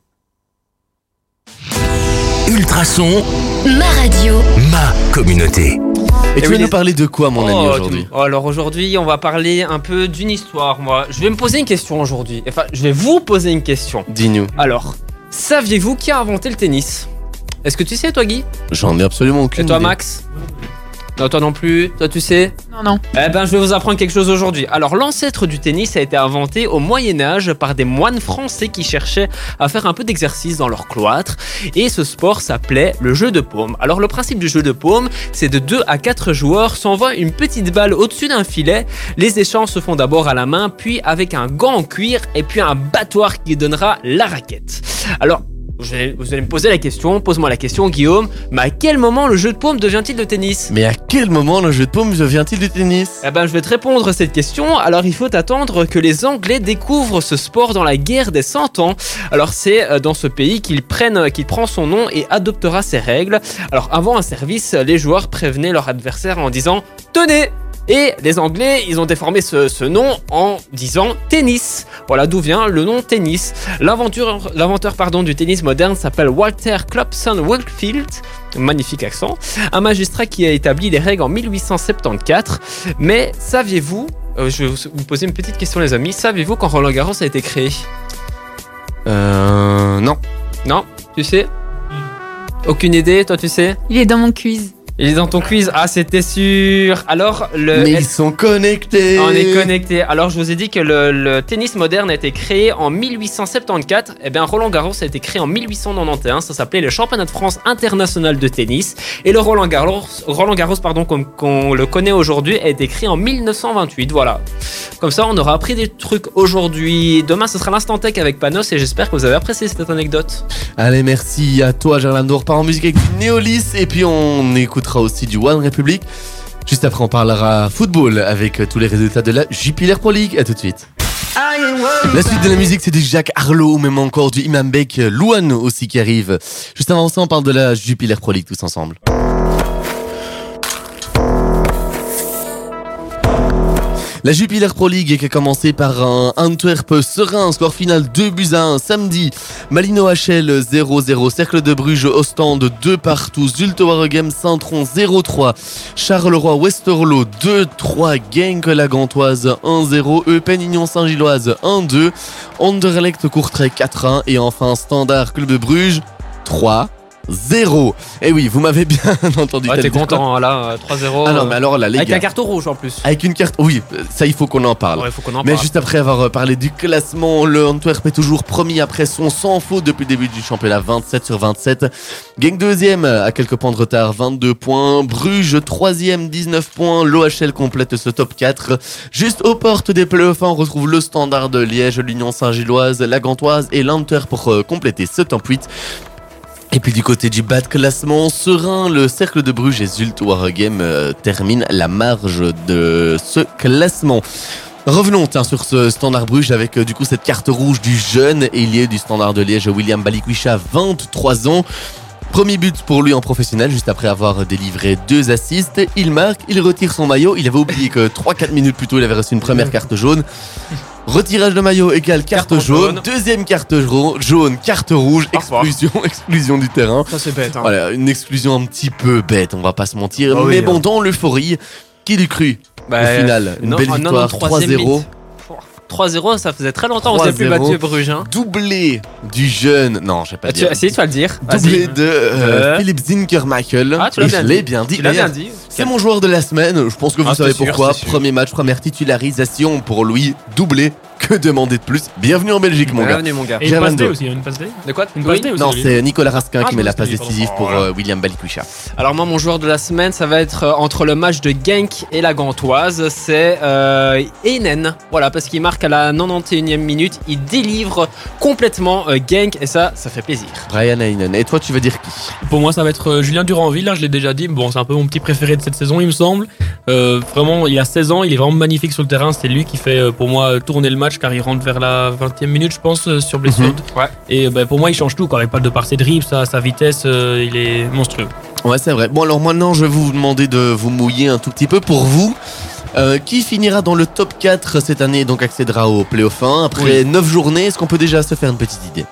Speaker 1: Ultrason,
Speaker 3: ma radio,
Speaker 1: ma communauté.
Speaker 2: Et,
Speaker 6: Eh
Speaker 2: tu
Speaker 6: oui,
Speaker 2: veux nous
Speaker 6: les-
Speaker 2: parler de quoi, mon ami,
Speaker 6: Oh,
Speaker 2: aujourd'hui
Speaker 6: dis- oh, Alors aujourd'hui, on va parler un peu d'une histoire. Moi, je vais me poser une question aujourd'hui. Enfin, je vais vous poser une question.
Speaker 2: Dis-nous.
Speaker 6: Alors, saviez-vous qui a inventé le tennis Est-ce que tu sais, toi, Guy
Speaker 2: J'en ai absolument aucune.
Speaker 6: Et toi,
Speaker 2: idée.
Speaker 6: Max Non, toi non plus. Toi, tu sais
Speaker 4: Non, non.
Speaker 6: Eh ben, je vais vous apprendre quelque chose aujourd'hui. Alors, l'ancêtre du tennis a été inventé au Moyen Âge par des moines français qui cherchaient à faire un peu d'exercice dans leur cloître. Et ce sport s'appelait le jeu de paume. Alors, le principe du jeu de paume, c'est de 2 à 4 joueurs s'envoient une petite balle au-dessus d'un filet. Les échanges se font d'abord à la main, puis avec un gant en cuir et puis un battoir qui donnera la raquette. Alors, je vais- vous allez me poser la question, pose-moi la question, Guillaume. Mais à quel moment le jeu de paume devient-il le tennis
Speaker 2: Mais à quel moment le jeu de paume vient-il du tennis
Speaker 6: eh ben, je vais te répondre à cette question. Alors, il faut attendre que les Anglais découvrent ce sport dans la guerre des 100 ans. Alors, c'est euh, dans ce pays qu'il prenne- qu'il prend son nom et adoptera ses règles. Alors, avant un service, les joueurs prévenaient leur adversaire en disant Tenez et les Anglais, ils ont déformé ce, ce nom en disant tennis. Voilà d'où vient le nom tennis. L'inventeur l'inventeur, pardon, du tennis moderne s'appelle Walter Clopson Wakefield. Magnifique accent. Un magistrat qui a établi les règles en 1874. Mais saviez-vous, euh, je vais vous vous poser une petite question les amis, saviez-vous quand Roland Garros a été créé
Speaker 2: Euh. Non. Euh,
Speaker 6: Non Tu sais Aucune idée, toi tu sais
Speaker 4: Il est dans mon quiz.
Speaker 6: Il est dans ton quiz. Ah, c'était sûr. Alors, le.
Speaker 2: Mais
Speaker 6: elle-
Speaker 2: ils sont connectés.
Speaker 6: euh, On est connecté. Alors, je vous ai dit que le, le tennis moderne a été créé en 1874. Eh bien, Roland Garros a été créé en 1891. Ça s'appelait le Championnat de France international de tennis. Et le Roland Garros, Roland Garros pardon, comme qu'on le connaît aujourd'hui, a été créé en 1928. Voilà. Comme ça, on aura appris des trucs aujourd'hui. Demain, ce sera l'instant tech avec Panos. Et j'espère que vous avez apprécié cette anecdote.
Speaker 2: Allez, merci à toi, Gerlando. On repart en musique avec du Neolis. Et puis, on écoutera aussi du One Republic. Juste après, on parlera football avec euh, tous les résultats de la Jupiler Pro League. À tout de suite. La suite de la musique, c'est du Jacques Arlo, ou même encore du Imam Beck, euh, Louane aussi qui arrive. Juste avant ça, on parle de la Jupiler Pro League tous ensemble. La Jupiler Pro League qui a commencé par un Antwerp serein, score final 2 buts à 1 samedi. Malino HL 0-0, Cercle de Bruges, Ostende 2 partout, Zulte Waregem, Saint-Tron 0-3, Charleroi, Westerlo 2-3, Genk la Gantoise 1-0, Eupen Saint-Gilloise 1-2, Anderlecht Courtrai 4-1 et enfin Standard Club de Bruges 3-0. Et oui, vous m'avez bien entendu.
Speaker 6: Ouais,
Speaker 2: t'as
Speaker 6: T'es
Speaker 2: dit quoi
Speaker 6: content, hein, là, euh, 3-0.
Speaker 2: Ah non, mais alors là, les
Speaker 6: avec
Speaker 2: gars.
Speaker 6: un carton rouge en plus.
Speaker 2: Avec une carte, oui, ça il faut qu'on en parle.
Speaker 6: Ouais, faut qu'on en
Speaker 2: Mais
Speaker 6: parle.
Speaker 2: juste après avoir euh, parlé du classement, le Antwerp est toujours premier après son sans faute depuis le début du championnat, 27 sur 27. Gang deuxième euh, à quelques points de retard, 22 points. Bruges troisième, 19 points. L'OHL complète ce top 4. Juste aux portes des playoffs, on retrouve le Standard de Liège, l'Union Saint-Gilloise, la Gantoise et l'Antwerp pour euh, compléter ce top 8. Et puis du côté du bas de classement, serein, le cercle de Bruges et Zult Waregem euh, termine la marge de ce classement. Revenons tiens, sur ce standard Bruges avec euh, du coup cette carte rouge du jeune ailier du standard de Liège, William Balikwisha, 23 ans. Premier but pour lui en professionnel, juste après avoir délivré deux assists. Il marque, il retire son maillot. Il avait oublié que 3-4 minutes plus tôt, il avait reçu une première carte jaune. Retirage de maillot égale carte,
Speaker 6: Carton
Speaker 2: jaune.
Speaker 6: jaune.
Speaker 2: Deuxième carte ro- jaune, carte rouge,
Speaker 6: Au revoir.
Speaker 2: exclusion, exclusion du terrain.
Speaker 6: Ça, c'est bête. hein.
Speaker 2: Voilà, une exclusion un petit peu bête, on va pas se mentir.
Speaker 6: Ah oui,
Speaker 2: mais bon,
Speaker 6: hein.
Speaker 2: dans l'euphorie, qui l'eût cru
Speaker 6: Bah,
Speaker 2: au final Une
Speaker 6: non,
Speaker 2: belle
Speaker 6: ah, non, non,
Speaker 2: victoire,
Speaker 6: troisième
Speaker 2: 3-0.
Speaker 6: minute. 3-0, ça faisait très longtemps qu'on s'est plus
Speaker 2: 3-0.
Speaker 6: battu Bruges. hein.
Speaker 2: Doublé du jeune. Non, je sais pas
Speaker 6: Ah, tu,
Speaker 2: dire.
Speaker 6: essayez, tu vas le dire.
Speaker 2: Doublé
Speaker 6: Vas-y.
Speaker 2: de euh,
Speaker 6: Euh.
Speaker 2: Philippe Zinkermichael.
Speaker 6: Ah, tu l'as
Speaker 2: Et
Speaker 6: bien
Speaker 2: je
Speaker 6: dit.
Speaker 2: l'ai bien dit.
Speaker 6: Tu l'as
Speaker 2: D'ailleurs,
Speaker 6: bien dit.
Speaker 2: C'est mon joueur de la semaine, je pense que vous
Speaker 6: Ah, c'est
Speaker 2: savez
Speaker 6: sûr,
Speaker 2: pourquoi.
Speaker 6: c'est sûr.
Speaker 2: Premier match, première titularisation pour lui, doublé. Que demander de plus Bienvenue en Belgique, mon gars.
Speaker 6: Bienvenue, mon gars.
Speaker 5: Et une
Speaker 2: Gerlando.
Speaker 5: passe D aussi, une passe D.
Speaker 6: De quoi
Speaker 5: Une
Speaker 6: Oui.
Speaker 5: passe D aussi.
Speaker 2: Non,
Speaker 5: oui.
Speaker 2: c'est Nicolas Raskin
Speaker 6: Ah,
Speaker 2: qui met
Speaker 5: je
Speaker 2: la
Speaker 5: pense
Speaker 2: passe
Speaker 5: que j'ai pas-
Speaker 2: décisive
Speaker 6: Oh
Speaker 2: pour
Speaker 5: Voilà.
Speaker 2: euh, William Balikwisha.
Speaker 6: Alors moi, mon joueur de la semaine, ça va être euh, entre le match de Genk et la Gantoise. C'est euh, Einen. Voilà, parce qu'il marque à la 91e minute. Il délivre complètement euh, Genk et ça, ça fait plaisir.
Speaker 2: Brian Heinen. Et toi, tu veux dire qui
Speaker 5: Pour moi, ça va être euh, Julien Duranville. hein, je l'ai déjà dit. Bon, c'est un peu mon petit préféré de cette saison, il me semble. Euh, vraiment, il a 16 ans. Il est vraiment magnifique sur le terrain. C'est lui qui fait, euh, pour moi, euh, tourner le match car il rentre vers la 20e minute, je pense, euh, sur blessure.
Speaker 2: Mhm.
Speaker 6: Ouais.
Speaker 5: Et euh, bah, pour moi, il change tout. Quand il parle de par ses dribbles, sa, sa vitesse, euh, il est monstrueux.
Speaker 2: Ouais, c'est vrai. Bon, alors maintenant, je vais vous demander de vous mouiller un tout petit peu pour vous. euh, qui finira dans le top 4 cette année et donc accédera au playoff 1 après 9 journées Est-ce qu'on peut déjà se faire une petite idée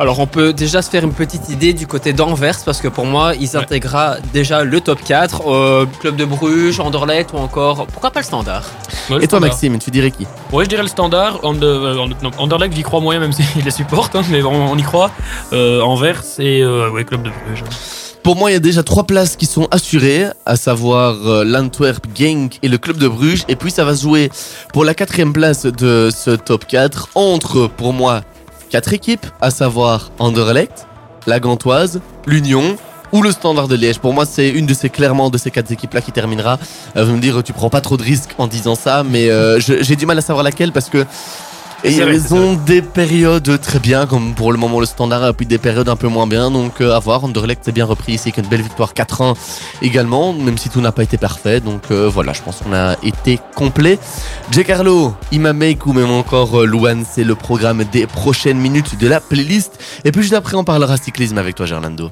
Speaker 6: Alors on peut déjà se faire une petite idée du côté d'Anvers parce que pour moi ils
Speaker 5: Ouais.
Speaker 6: intégrera déjà le top 4, euh, Club de Bruges, Anderlecht ou encore pourquoi pas le standard
Speaker 5: Ouais,
Speaker 2: Et toi,
Speaker 5: le standard.
Speaker 2: Maxime, tu dirais qui
Speaker 5: Ouais, je dirais le standard. Ander- euh, Ander- non, Anderlecht, j'y crois moyen, même s'il les supporte, hein, mais on, on y croit. Euh, Anvers et euh, ouais, Club de Bruges.
Speaker 2: Pour moi, il y a déjà trois places qui sont assurées, à savoir euh, l'Antwerp, Genk et le club de Bruges. Et puis, ça va se jouer pour la quatrième place de ce top 4 entre, pour moi, quatre équipes, à savoir Anderlecht, la Gantoise, l'Union ou le Standard de Liège. Pour moi, c'est une de ces clairement de ces quatre équipes-là qui terminera. Euh, vous me dire, tu prends pas trop de risques en disant ça, mais euh, je- j'ai du mal à savoir laquelle parce que. Et
Speaker 5: C'est vrai,
Speaker 2: ils
Speaker 5: c'est
Speaker 2: ont des périodes très bien, comme pour le moment le standard, et puis des périodes un peu moins bien. Donc euh, à voir, Anderlecht s'est bien repris ici avec une belle victoire 4-1 également, même si tout n'a pas été parfait. Donc euh, voilà, je pense qu'on a été complet. J. Carlo, Imamek ou même encore euh, Luan, c'est le programme des prochaines minutes de la playlist. Et puis juste après, on parlera cyclisme avec toi, Gerlando.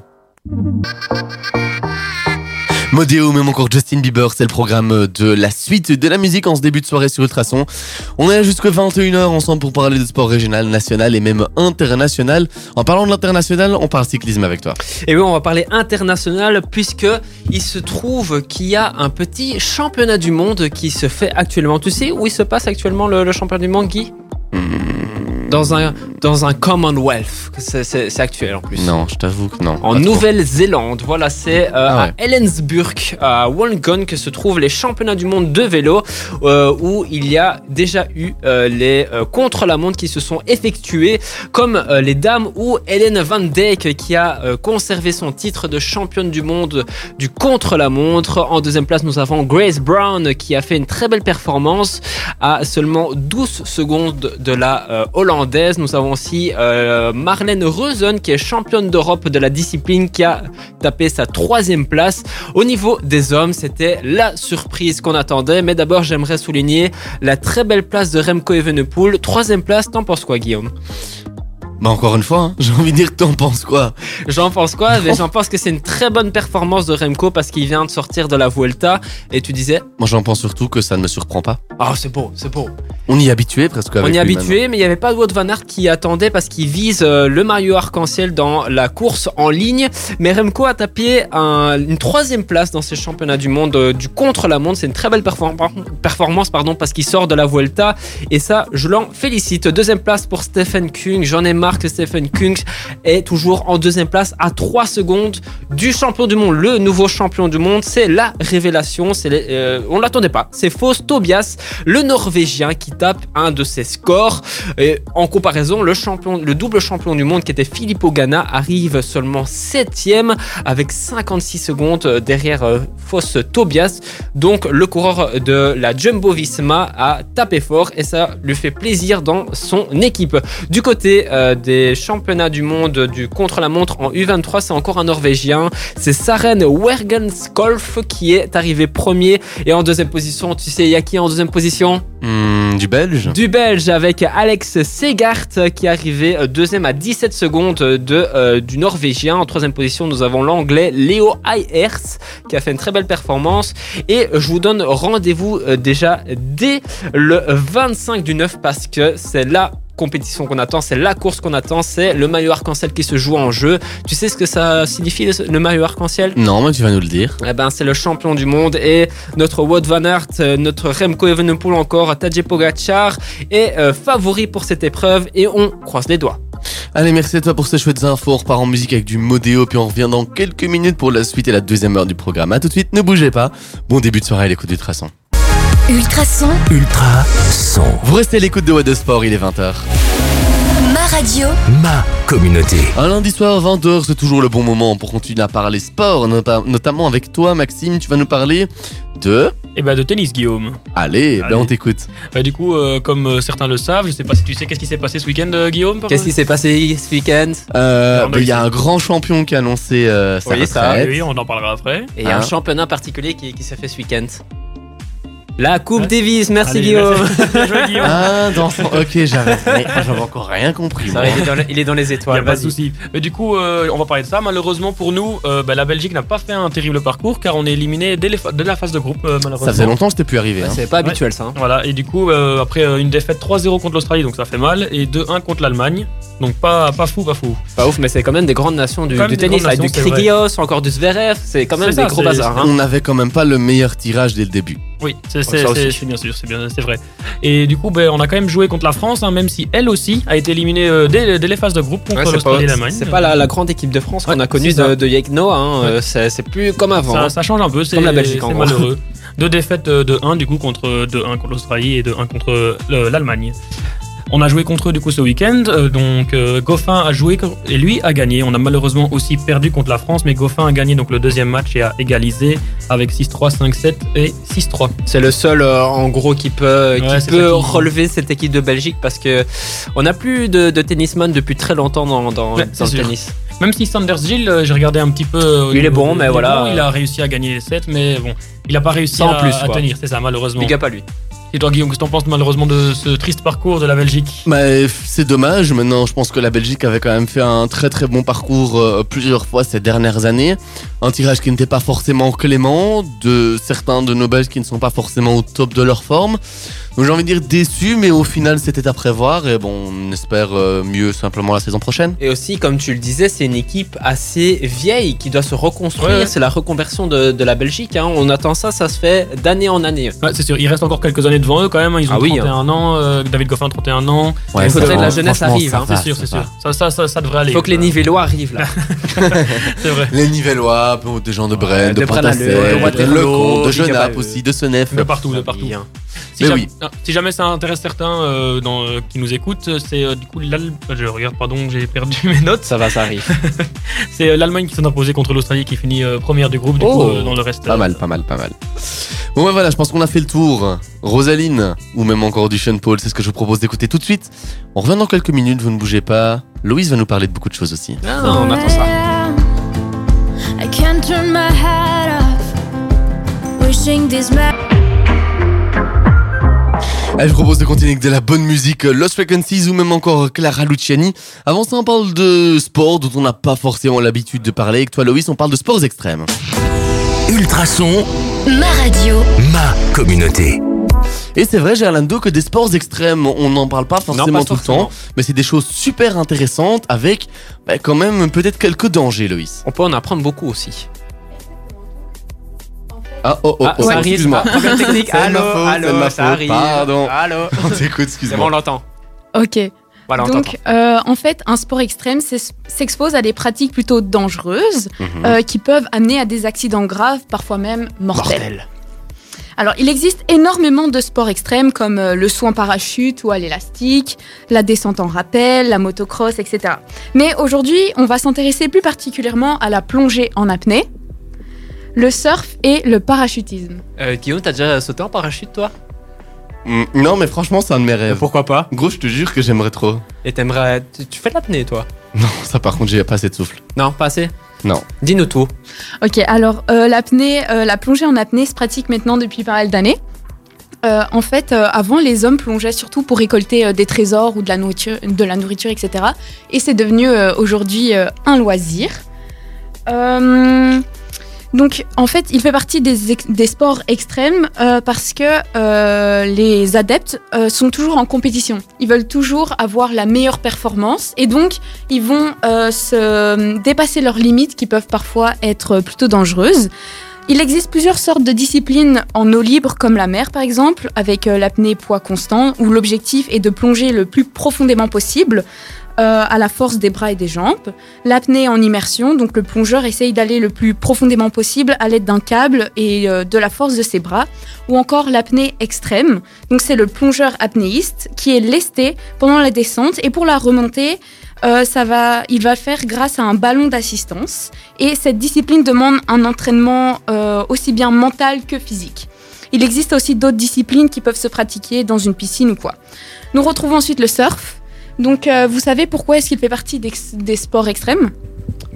Speaker 2: Modéo, même encore Justin Bieber, c'est le programme de la suite de la musique en ce début de soirée sur Ultrason. On est là jusqu'à 21h ensemble pour parler de sport régional, national et même international. En parlant de l'international, on parle cyclisme avec toi.
Speaker 6: Et oui on va parler international puisque il se trouve qu'il y a un petit championnat du monde qui se fait actuellement. Tu sais où il se passe actuellement le, le championnat du monde Guy dans un, dans un Commonwealth. C'est- C'est c'est actuel en plus.
Speaker 2: Non, je t'avoue que non.
Speaker 6: En
Speaker 2: Pas trop.
Speaker 6: Nouvelle-Zélande, voilà, c'est euh,
Speaker 2: Ah ouais.
Speaker 6: à Ellensburg, à Wollongong, que se trouvent les championnats du monde de vélo, euh, où il y a déjà eu euh, les euh, contre-la-montre qui se sont effectués, comme euh, les dames ou Hélène Van Dijk qui a euh, conservé son titre de championne du monde du contre-la-montre. En deuxième place, nous avons Grace Brown qui a fait une très belle performance à seulement 12 secondes de la euh, hollandaise. Nous avons aussi euh, Marlène Reusen qui est championne d'Europe de la discipline qui a tapé sa troisième place. Au niveau des hommes, c'était la surprise qu'on attendait. Mais d'abord, j'aimerais souligner la très belle place de Remco Evenepoel. Troisième place, t'en penses quoi, Guillaume
Speaker 2: Bah encore une fois, hein, j'ai envie de dire t'en penses quoi
Speaker 6: J'en pense quoi Mais J'en pense que c'est une très bonne performance de Remco parce qu'il vient de sortir de la Vuelta. Et tu disais,
Speaker 2: Moi j'en pense surtout que ça ne me surprend pas.
Speaker 6: oh, c'est beau, c'est beau.
Speaker 2: On y est habitué presque avec
Speaker 6: On y est
Speaker 2: lui,
Speaker 6: habitué, mais il n'y avait pas Wout Van Aert qui attendait parce qu'il vise euh, le Mario Arc-en-Ciel dans la course en ligne. Mais Remco a tapé un- une troisième place dans ces championnats du monde euh, du contre-la-montre. C'est une très belle perform- performance pardon, parce qu'il sort de la Vuelta. Et ça, je l'en félicite. Deuxième place pour Stephen Kung. J'en ai marre que Stephen Kung est toujours en deuxième place à 3 secondes du champion du monde. Le nouveau champion du monde, c'est la révélation. C'est les- euh, on ne l'attendait pas. C'est Faust Tobias le Norvégien qui tape un de ses scores. Et en comparaison, le, champion, le double champion du monde qui était Filippo Ganna arrive seulement 7ème avec 56 secondes euh, derrière euh, Foss Tobias. Donc le coureur de la Jumbo Visma a tapé fort et ça lui fait plaisir dans son équipe. Du côté euh, des championnats du monde du contre-la-montre en U23, c'est encore un Norvégien. C'est Saren Wergenskopf qui est arrivé premier et en deuxième position. Tu sais, il y a qui en deuxième position
Speaker 2: maintenant. Hmm, du belge
Speaker 6: du Belge avec Alex Segart euh, qui est arrivé euh, deuxième à 17 secondes euh, de, euh, du Norvégien. En troisième position, nous avons l'Anglais Léo Ayers qui a fait une très belle performance. Et je vous donne rendez-vous euh, déjà dès le 25 du 9 parce que c'est la compétition qu'on attend, c'est la course qu'on attend, c'est le maillot arc-en-ciel qui se joue en jeu. Tu sais ce que ça signifie le- le maillot arc-en-ciel
Speaker 2: Non, mais tu vas nous le dire.
Speaker 6: eh ben, c'est le champion du monde et notre Wout Van Aert, euh, notre Remco Evenepoel encore, Tadej Pogacar est euh, favori pour cette épreuve et on croise les doigts.
Speaker 2: Allez, merci à toi pour ces chouettes infos. On repart en musique avec du modéo, puis on revient dans quelques minutes pour la suite et la deuxième heure du programme. À tout de suite, ne bougez pas. Bon début de soirée à l'écoute du traçon.
Speaker 3: Ultrason,
Speaker 1: Ultra son.
Speaker 2: Vous restez à l'écoute de What the Sport, il est 20h.
Speaker 3: ma radio,
Speaker 1: Ma communauté.
Speaker 2: Un lundi soir, 20h, c'est toujours le bon moment pour continuer à parler sport, nota- notamment avec toi, Maxime. Tu vas nous parler de.
Speaker 5: Et bah de tennis, Guillaume.
Speaker 2: Allez, ben
Speaker 5: Allez.
Speaker 2: on t'écoute.
Speaker 5: Bah, du coup, euh, comme euh, certains le savent, je sais pas si tu sais qu'est-ce qui s'est passé ce week-end, euh, Guillaume par-
Speaker 6: Qu'est-ce qui s'est passé ce week-end
Speaker 2: Euh,
Speaker 5: Non,
Speaker 2: ben,
Speaker 5: mais
Speaker 2: Il y a
Speaker 5: c'est-
Speaker 2: un grand champion qui a annoncé euh, sa
Speaker 6: Oui, ça,
Speaker 5: Ah
Speaker 2: retraite.
Speaker 5: Oui, on en parlera après.
Speaker 6: Et il y a
Speaker 2: Hein
Speaker 6: un championnat particulier qui, qui s'est fait ce week-end. La Coupe
Speaker 5: Ouais.
Speaker 6: Davis, merci
Speaker 5: Allez, Hein?
Speaker 6: Guillaume.
Speaker 5: Bien joué, Guillaume.
Speaker 2: Ah, dans son... Ok, j'avais mais j'avais encore rien compris.
Speaker 6: Ça
Speaker 2: moi.
Speaker 6: va, il, est dans les, il est dans les
Speaker 5: Il n'y
Speaker 6: étoiles,
Speaker 5: a pas de
Speaker 6: vas-y.
Speaker 5: souci. Mais du coup, euh, on va parler de ça. Malheureusement pour nous, euh, bah, la Belgique n'a pas fait un terrible parcours car on est éliminé dès, les fa- dès la phase de groupe, euh, malheureusement.
Speaker 2: Ça faisait longtemps que je t'ai plus arrivé.
Speaker 6: Ouais,
Speaker 2: hein.
Speaker 6: C'est pas habituel ça. hein.
Speaker 5: Voilà, et du coup, euh, après euh, une défaite 3-0 contre l'Australie, donc ça fait mal, et 2-1 contre l'Allemagne. Donc pas, pas fou, pas fou.
Speaker 6: Pas ouf, mais c'est quand même des grandes nations du,
Speaker 5: Quand même
Speaker 6: du
Speaker 5: des
Speaker 6: tennis,
Speaker 5: grandes
Speaker 6: avec du
Speaker 5: nations, c'est vrai.
Speaker 6: Kyrgios, encore du Zverev, c'est quand même
Speaker 5: C'est ça,
Speaker 6: des gros
Speaker 5: c'est-
Speaker 6: bazars. hein.
Speaker 2: On n'avait quand même pas le meilleur tirage dès le début.
Speaker 5: Oui, c'est
Speaker 6: Ouais,
Speaker 5: c'est-
Speaker 6: ça
Speaker 5: c'est-
Speaker 6: aussi.
Speaker 5: c'est bien sûr, c'est bien, c'est vrai. Et du coup, ben, on a quand même joué contre la France, hein, même si elle aussi a été éliminée euh, dès, dès les phases de groupe contre
Speaker 6: Ouais, c'est pas,
Speaker 5: l'Australie et l'Allemagne.
Speaker 6: c'est pas la, la grande équipe de France qu'on
Speaker 5: Ouais,
Speaker 6: a connue
Speaker 5: c'est ça.
Speaker 6: de, de Yekno, hein, euh, c'est c'est plus comme avant. hein.
Speaker 5: Ça, ça change un peu, c'est
Speaker 6: Comme la Belgique, en
Speaker 5: c'est
Speaker 6: gros.
Speaker 5: malheureux. Deux défaites euh, de 1 du coup contre euh, de 1 contre l'Australie et de 1 contre euh, l'Allemagne. On a joué contre eux du coup ce week-end, euh, donc euh, Goffin a joué co- et lui a gagné. On a malheureusement aussi perdu contre la France, mais Goffin a gagné donc le deuxième match et a égalisé avec 6-3, 5-7 et 6-3.
Speaker 6: C'est le seul euh, en gros qui peut, euh,
Speaker 5: Ouais,
Speaker 6: qui
Speaker 5: c'est
Speaker 6: peut
Speaker 5: ça qui-
Speaker 6: relever cette équipe de Belgique parce que on n'a plus de, de tennisman depuis très longtemps dans, dans,
Speaker 5: Ouais,
Speaker 6: dans
Speaker 5: c'est
Speaker 6: le
Speaker 5: sûr.
Speaker 6: tennis.
Speaker 5: Même si Sanders Gill, euh, j'ai regardé un petit peu. euh, au
Speaker 6: Il est
Speaker 5: niveau-
Speaker 6: bon, mais
Speaker 5: il est
Speaker 6: voilà.
Speaker 5: bon, il a réussi à gagner les 7, mais bon, il n'a pas réussi
Speaker 6: Ça en
Speaker 5: à,
Speaker 6: plus,
Speaker 5: à
Speaker 6: quoi.
Speaker 5: tenir, c'est ça malheureusement.
Speaker 6: Big up à lui.
Speaker 5: Et toi Guillaume, qu'est-ce que t'en penses malheureusement de ce triste parcours de la Belgique
Speaker 2: Mais f- c'est dommage. Maintenant, je pense que la Belgique avait quand même fait un très très bon parcours euh, plusieurs fois ces dernières années. Un tirage qui n'était pas forcément clément, de certains de nos Belges qui ne sont pas forcément au top de leur forme. J'ai envie de dire déçu, mais au final c'était à prévoir et bon, on espère euh, mieux simplement la saison prochaine.
Speaker 6: Et aussi, comme tu le disais, c'est une équipe assez vieille qui doit se reconstruire.
Speaker 5: Ouais, ouais.
Speaker 6: C'est la reconversion de, de la Belgique. hein. On attend ça, ça se fait d'année en année.
Speaker 5: Ouais, c'est sûr, il reste encore quelques années devant eux quand même. hein. Ils ont
Speaker 6: Ah oui,
Speaker 5: 31 ans, euh, David Goffin 31 ans.
Speaker 6: Il faudrait
Speaker 2: ça
Speaker 6: de
Speaker 2: va.
Speaker 6: la jeunesse
Speaker 2: Franchement,
Speaker 6: arrive,
Speaker 2: ça
Speaker 6: hein.
Speaker 2: va,
Speaker 5: c'est sûr,
Speaker 2: ça
Speaker 5: c'est
Speaker 2: va.
Speaker 5: sûr. Ça, ça, ça, ça devrait aller.
Speaker 6: Il faut que les Nivellois arrivent là.
Speaker 5: C'est vrai.
Speaker 2: Les Nivellois, bon, des gens de Brenne, de,
Speaker 6: de Braine-l'Alleud,
Speaker 2: Pantassel,
Speaker 6: de Waterloo,
Speaker 2: Le Comte, de
Speaker 6: Ligue à
Speaker 2: Genappe
Speaker 6: Bayeux.
Speaker 2: aussi, de Senef.
Speaker 5: De partout, de partout. Si,
Speaker 2: Mais
Speaker 5: jamais,
Speaker 2: oui.
Speaker 5: ah, si jamais ça intéresse certains euh, dans, euh, qui nous écoutent, euh, c'est euh, du coup l'Allemagne. Je regarde, pardon, j'ai perdu mes notes.
Speaker 6: Ça va, ça arrive.
Speaker 5: C'est euh, l'Allemagne qui s'est imposée contre l'Australie qui finit euh, première du groupe. Du
Speaker 6: Oh.
Speaker 5: coup, euh, dans le reste.
Speaker 2: Pas
Speaker 5: euh,
Speaker 2: mal, pas mal, pas mal. Bon ben voilà, je pense qu'on a fait le tour. Rosaline, ou même encore du Sean Paul, c'est ce que je vous propose d'écouter tout de suite. On revient dans quelques minutes, vous ne bougez pas. Louise va nous parler de beaucoup de choses aussi.
Speaker 6: Ah, on attend ça.
Speaker 3: I can't turn my head off. Wishing this ma-
Speaker 2: Allez, je propose de continuer avec de la bonne musique, euh, Lost Frequencies ou même encore Clara Luciani. Avant ça, on parle de sport dont on n'a pas forcément l'habitude de parler. Avec toi, Loïs, on parle de sports extrêmes.
Speaker 1: Ultrason,
Speaker 3: Ma radio.
Speaker 1: ma communauté.
Speaker 2: Et c'est vrai, Gerlando, que des sports extrêmes, on n'en parle pas forcément
Speaker 6: pas
Speaker 2: tout le
Speaker 6: forcément.
Speaker 2: temps, mais c'est des choses super intéressantes avec bah, quand même peut-être quelques dangers, Loïs.
Speaker 6: On peut en apprendre beaucoup aussi.
Speaker 2: Ah, oh, oh,
Speaker 6: Ah,
Speaker 2: oh,
Speaker 6: ça arrive.
Speaker 2: excuse-moi.
Speaker 6: Ah, problème technique.
Speaker 2: C'est
Speaker 6: Allô,
Speaker 2: ma faute,
Speaker 6: allô,
Speaker 2: c'est ma
Speaker 6: ça
Speaker 2: faute,
Speaker 6: arrive.
Speaker 2: pardon.
Speaker 6: Allô.
Speaker 2: On t'écoute,
Speaker 6: C'est bon, on
Speaker 2: excuse-moi.
Speaker 6: l'entend.
Speaker 4: Ok.
Speaker 6: Voilà, on t'entend.
Speaker 4: Donc, euh, en fait, un sport extrême s'es- s'expose à des pratiques plutôt dangereuses
Speaker 2: Mhm.
Speaker 4: euh, qui peuvent amener à des accidents graves, parfois même mortels.
Speaker 6: Mortel.
Speaker 4: Alors, il existe énormément de sports extrêmes comme euh, le saut en parachute ou à l'élastique, la descente en rappel, la motocross, etc. Mais aujourd'hui, on va s'intéresser plus particulièrement à la plongée en apnée, le surf et le parachutisme.
Speaker 6: Euh, Guillaume, t'as déjà sauté en parachute, toi
Speaker 2: Mm, Non, mais franchement, c'est un de mes rêves.
Speaker 6: Pourquoi pas
Speaker 2: Gros, je te jure que j'aimerais trop.
Speaker 6: Et t'aimerais. Tu, tu fais de l'apnée, toi
Speaker 2: Non, ça par contre, j'ai pas assez de souffle.
Speaker 6: Non, pas assez
Speaker 2: Non.
Speaker 6: Dis-nous tout.
Speaker 4: Ok, alors euh, l'apnée, euh, la plongée en apnée se pratique maintenant depuis pas mal d'années. Euh, en fait, euh, avant, les hommes plongeaient surtout pour récolter euh, des trésors ou de la nourriture, de la nourriture etc. Et c'est devenu euh, aujourd'hui euh, un loisir. Euh, donc, en fait, il fait partie des, ex- des sports extrêmes euh, parce que euh, les adeptes euh, sont toujours en compétition. Ils veulent toujours avoir la meilleure performance et donc ils vont euh, se dépasser leurs limites qui peuvent parfois être plutôt dangereuses. Il existe plusieurs sortes de disciplines en eau libre comme la mer par exemple, avec euh, l'apnée poids constant où l'objectif est de plonger le plus profondément possible euh, à la force des bras et des jambes. L'apnée en immersion, donc le plongeur essaye d'aller le plus profondément possible à l'aide d'un câble et euh, de la force de ses bras. Ou encore l'apnée extrême, donc c'est le plongeur apnéiste qui est lesté pendant la descente et pour la remontée, euh, ça va, il va faire grâce à un ballon d'assistance. Et cette discipline demande un entraînement euh, aussi bien mental que physique. Il existe aussi d'autres disciplines qui peuvent se pratiquer dans une piscine ou quoi. Nous retrouvons ensuite le surf. Donc, euh, vous savez pourquoi est-ce qu'il fait partie des, des sports extrêmes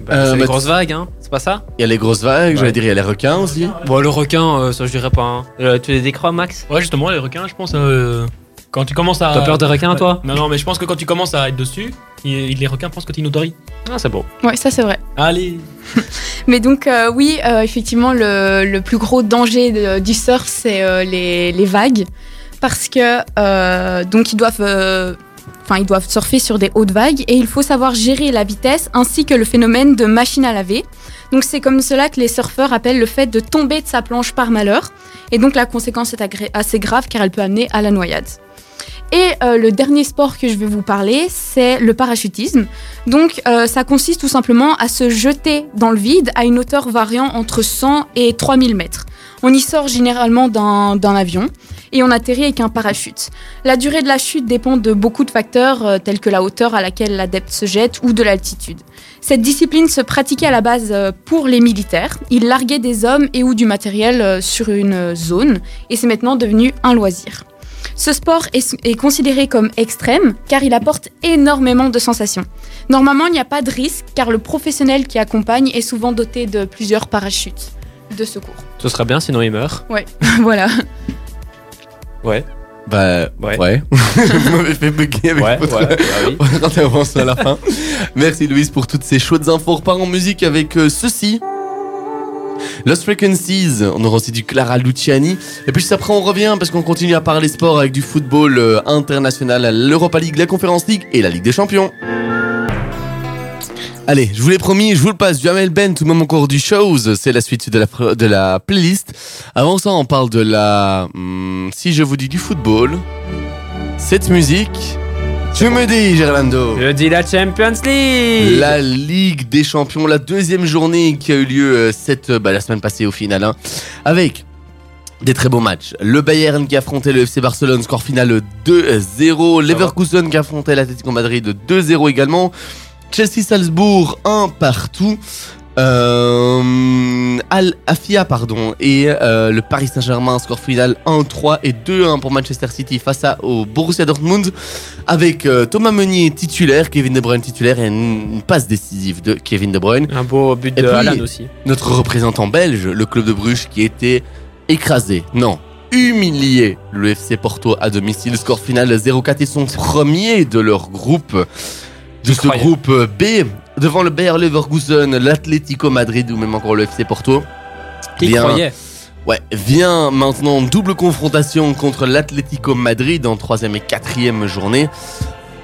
Speaker 6: Bah,
Speaker 2: Euh,
Speaker 6: c'est
Speaker 2: bah,
Speaker 6: les grosses vagues, hein C'est pas ça
Speaker 2: Il y a les grosses vagues, j'allais dire, il y a les requins aussi.
Speaker 6: Bon, le requin, euh, ça je dirais pas. hein. Euh, tu les décrois, Max
Speaker 5: Ouais, justement, les requins, je pense. euh, quand tu commences à.
Speaker 6: T'as peur des requins, toi
Speaker 5: Non, non, mais je pense que quand tu commences à être dessus, il- les requins pensent que tu nous dories.
Speaker 6: Ah, c'est bon.
Speaker 4: Ouais, ça c'est vrai.
Speaker 5: Allez
Speaker 4: Mais donc, euh, oui, euh, effectivement, le, le plus gros danger de- du surf, c'est euh, les, les vagues. Parce que, euh, donc, ils doivent, euh, enfin, ils doivent surfer sur des hautes vagues et il faut savoir gérer la vitesse ainsi que le phénomène de machine à laver. Donc, c'est comme cela que les surfeurs appellent le fait de tomber de sa planche par malheur. Et donc, la conséquence est agré- assez grave car elle peut amener à la noyade. Et euh, le dernier sport que je vais vous parler, c'est le parachutisme. Donc, euh, ça consiste tout simplement à se jeter dans le vide à une hauteur variant entre 100 et 3000 mètres. On y sort généralement d'un d'un avion et on atterrit avec un parachute. La durée de la chute dépend de beaucoup de facteurs euh, tels que la hauteur à laquelle l'adepte se jette ou de l'altitude. Cette discipline se pratiquait à la base euh, pour les militaires. Ils larguaient des hommes et ou du matériel euh, sur une euh, zone et c'est maintenant devenu un loisir. Ce sport est- est considéré comme extrême car il apporte énormément de sensations. Normalement, il n'y a pas de risque car le professionnel qui accompagne est souvent doté de plusieurs parachutes de secours.
Speaker 6: Ce serait bien, sinon il meurt.
Speaker 4: voilà.
Speaker 6: Ouais,
Speaker 2: Bah, ouais.
Speaker 6: Ouais.
Speaker 2: Vous m'avez fait bugger avec
Speaker 6: ouais, ouais.
Speaker 2: votre...
Speaker 6: bah oui.
Speaker 2: votre intervention à la fin. Merci Louise pour toutes ces chaudes infos. On repart en musique avec euh, ceci. Lost Frequencies, on aura aussi du Clara Luciani. Et puis juste après, on revient parce qu'on continue à parler sport avec du football euh, international, l'Europa League, la Conference League et la Ligue des Champions. Allez, je vous l'ai promis, je vous le passe. Jamel Ben, tout le moment encore du shows. C'est la suite de la, pre- de la playlist. Avant ça, on parle de la. hmm, si je vous dis du football, cette musique. Tu me dis, Gerlando.
Speaker 6: Je dis la Champions League
Speaker 2: La Ligue des Champions, la deuxième journée qui a eu lieu euh, cette, euh, bah, la semaine passée au final, hein, avec des très beaux matchs. Le Bayern qui affrontait le FC Barcelone, score final 2-0. Leverkusen qui affrontait l'Atlético Madrid 2-0 également. Chelsea-Salzbourg 1 partout. Euh, Al Afia pardon et euh, le Paris Saint-Germain score final 1-3 et 2-1 pour Manchester City face à, au Borussia Dortmund avec euh, Thomas Meunier titulaire, Kevin De Bruyne titulaire et une, une passe décisive de Kevin De Bruyne.
Speaker 6: Un beau but
Speaker 2: Et
Speaker 6: de
Speaker 2: puis-
Speaker 6: Alan aussi.
Speaker 2: Notre représentant belge, le club de Bruges qui était écrasé, non, humilié, le FC Porto à domicile, score final 0-4 et son premier de leur groupe, de ce
Speaker 6: Incroyable.
Speaker 2: groupe euh, B, devant le Bayer Leverkusen, l'Atlético Madrid ou même encore le FC Porto.
Speaker 6: Qui
Speaker 2: Bien.
Speaker 6: croyait
Speaker 2: Ouais, vient maintenant double confrontation contre l'Atlético Madrid en troisième et quatrième journée.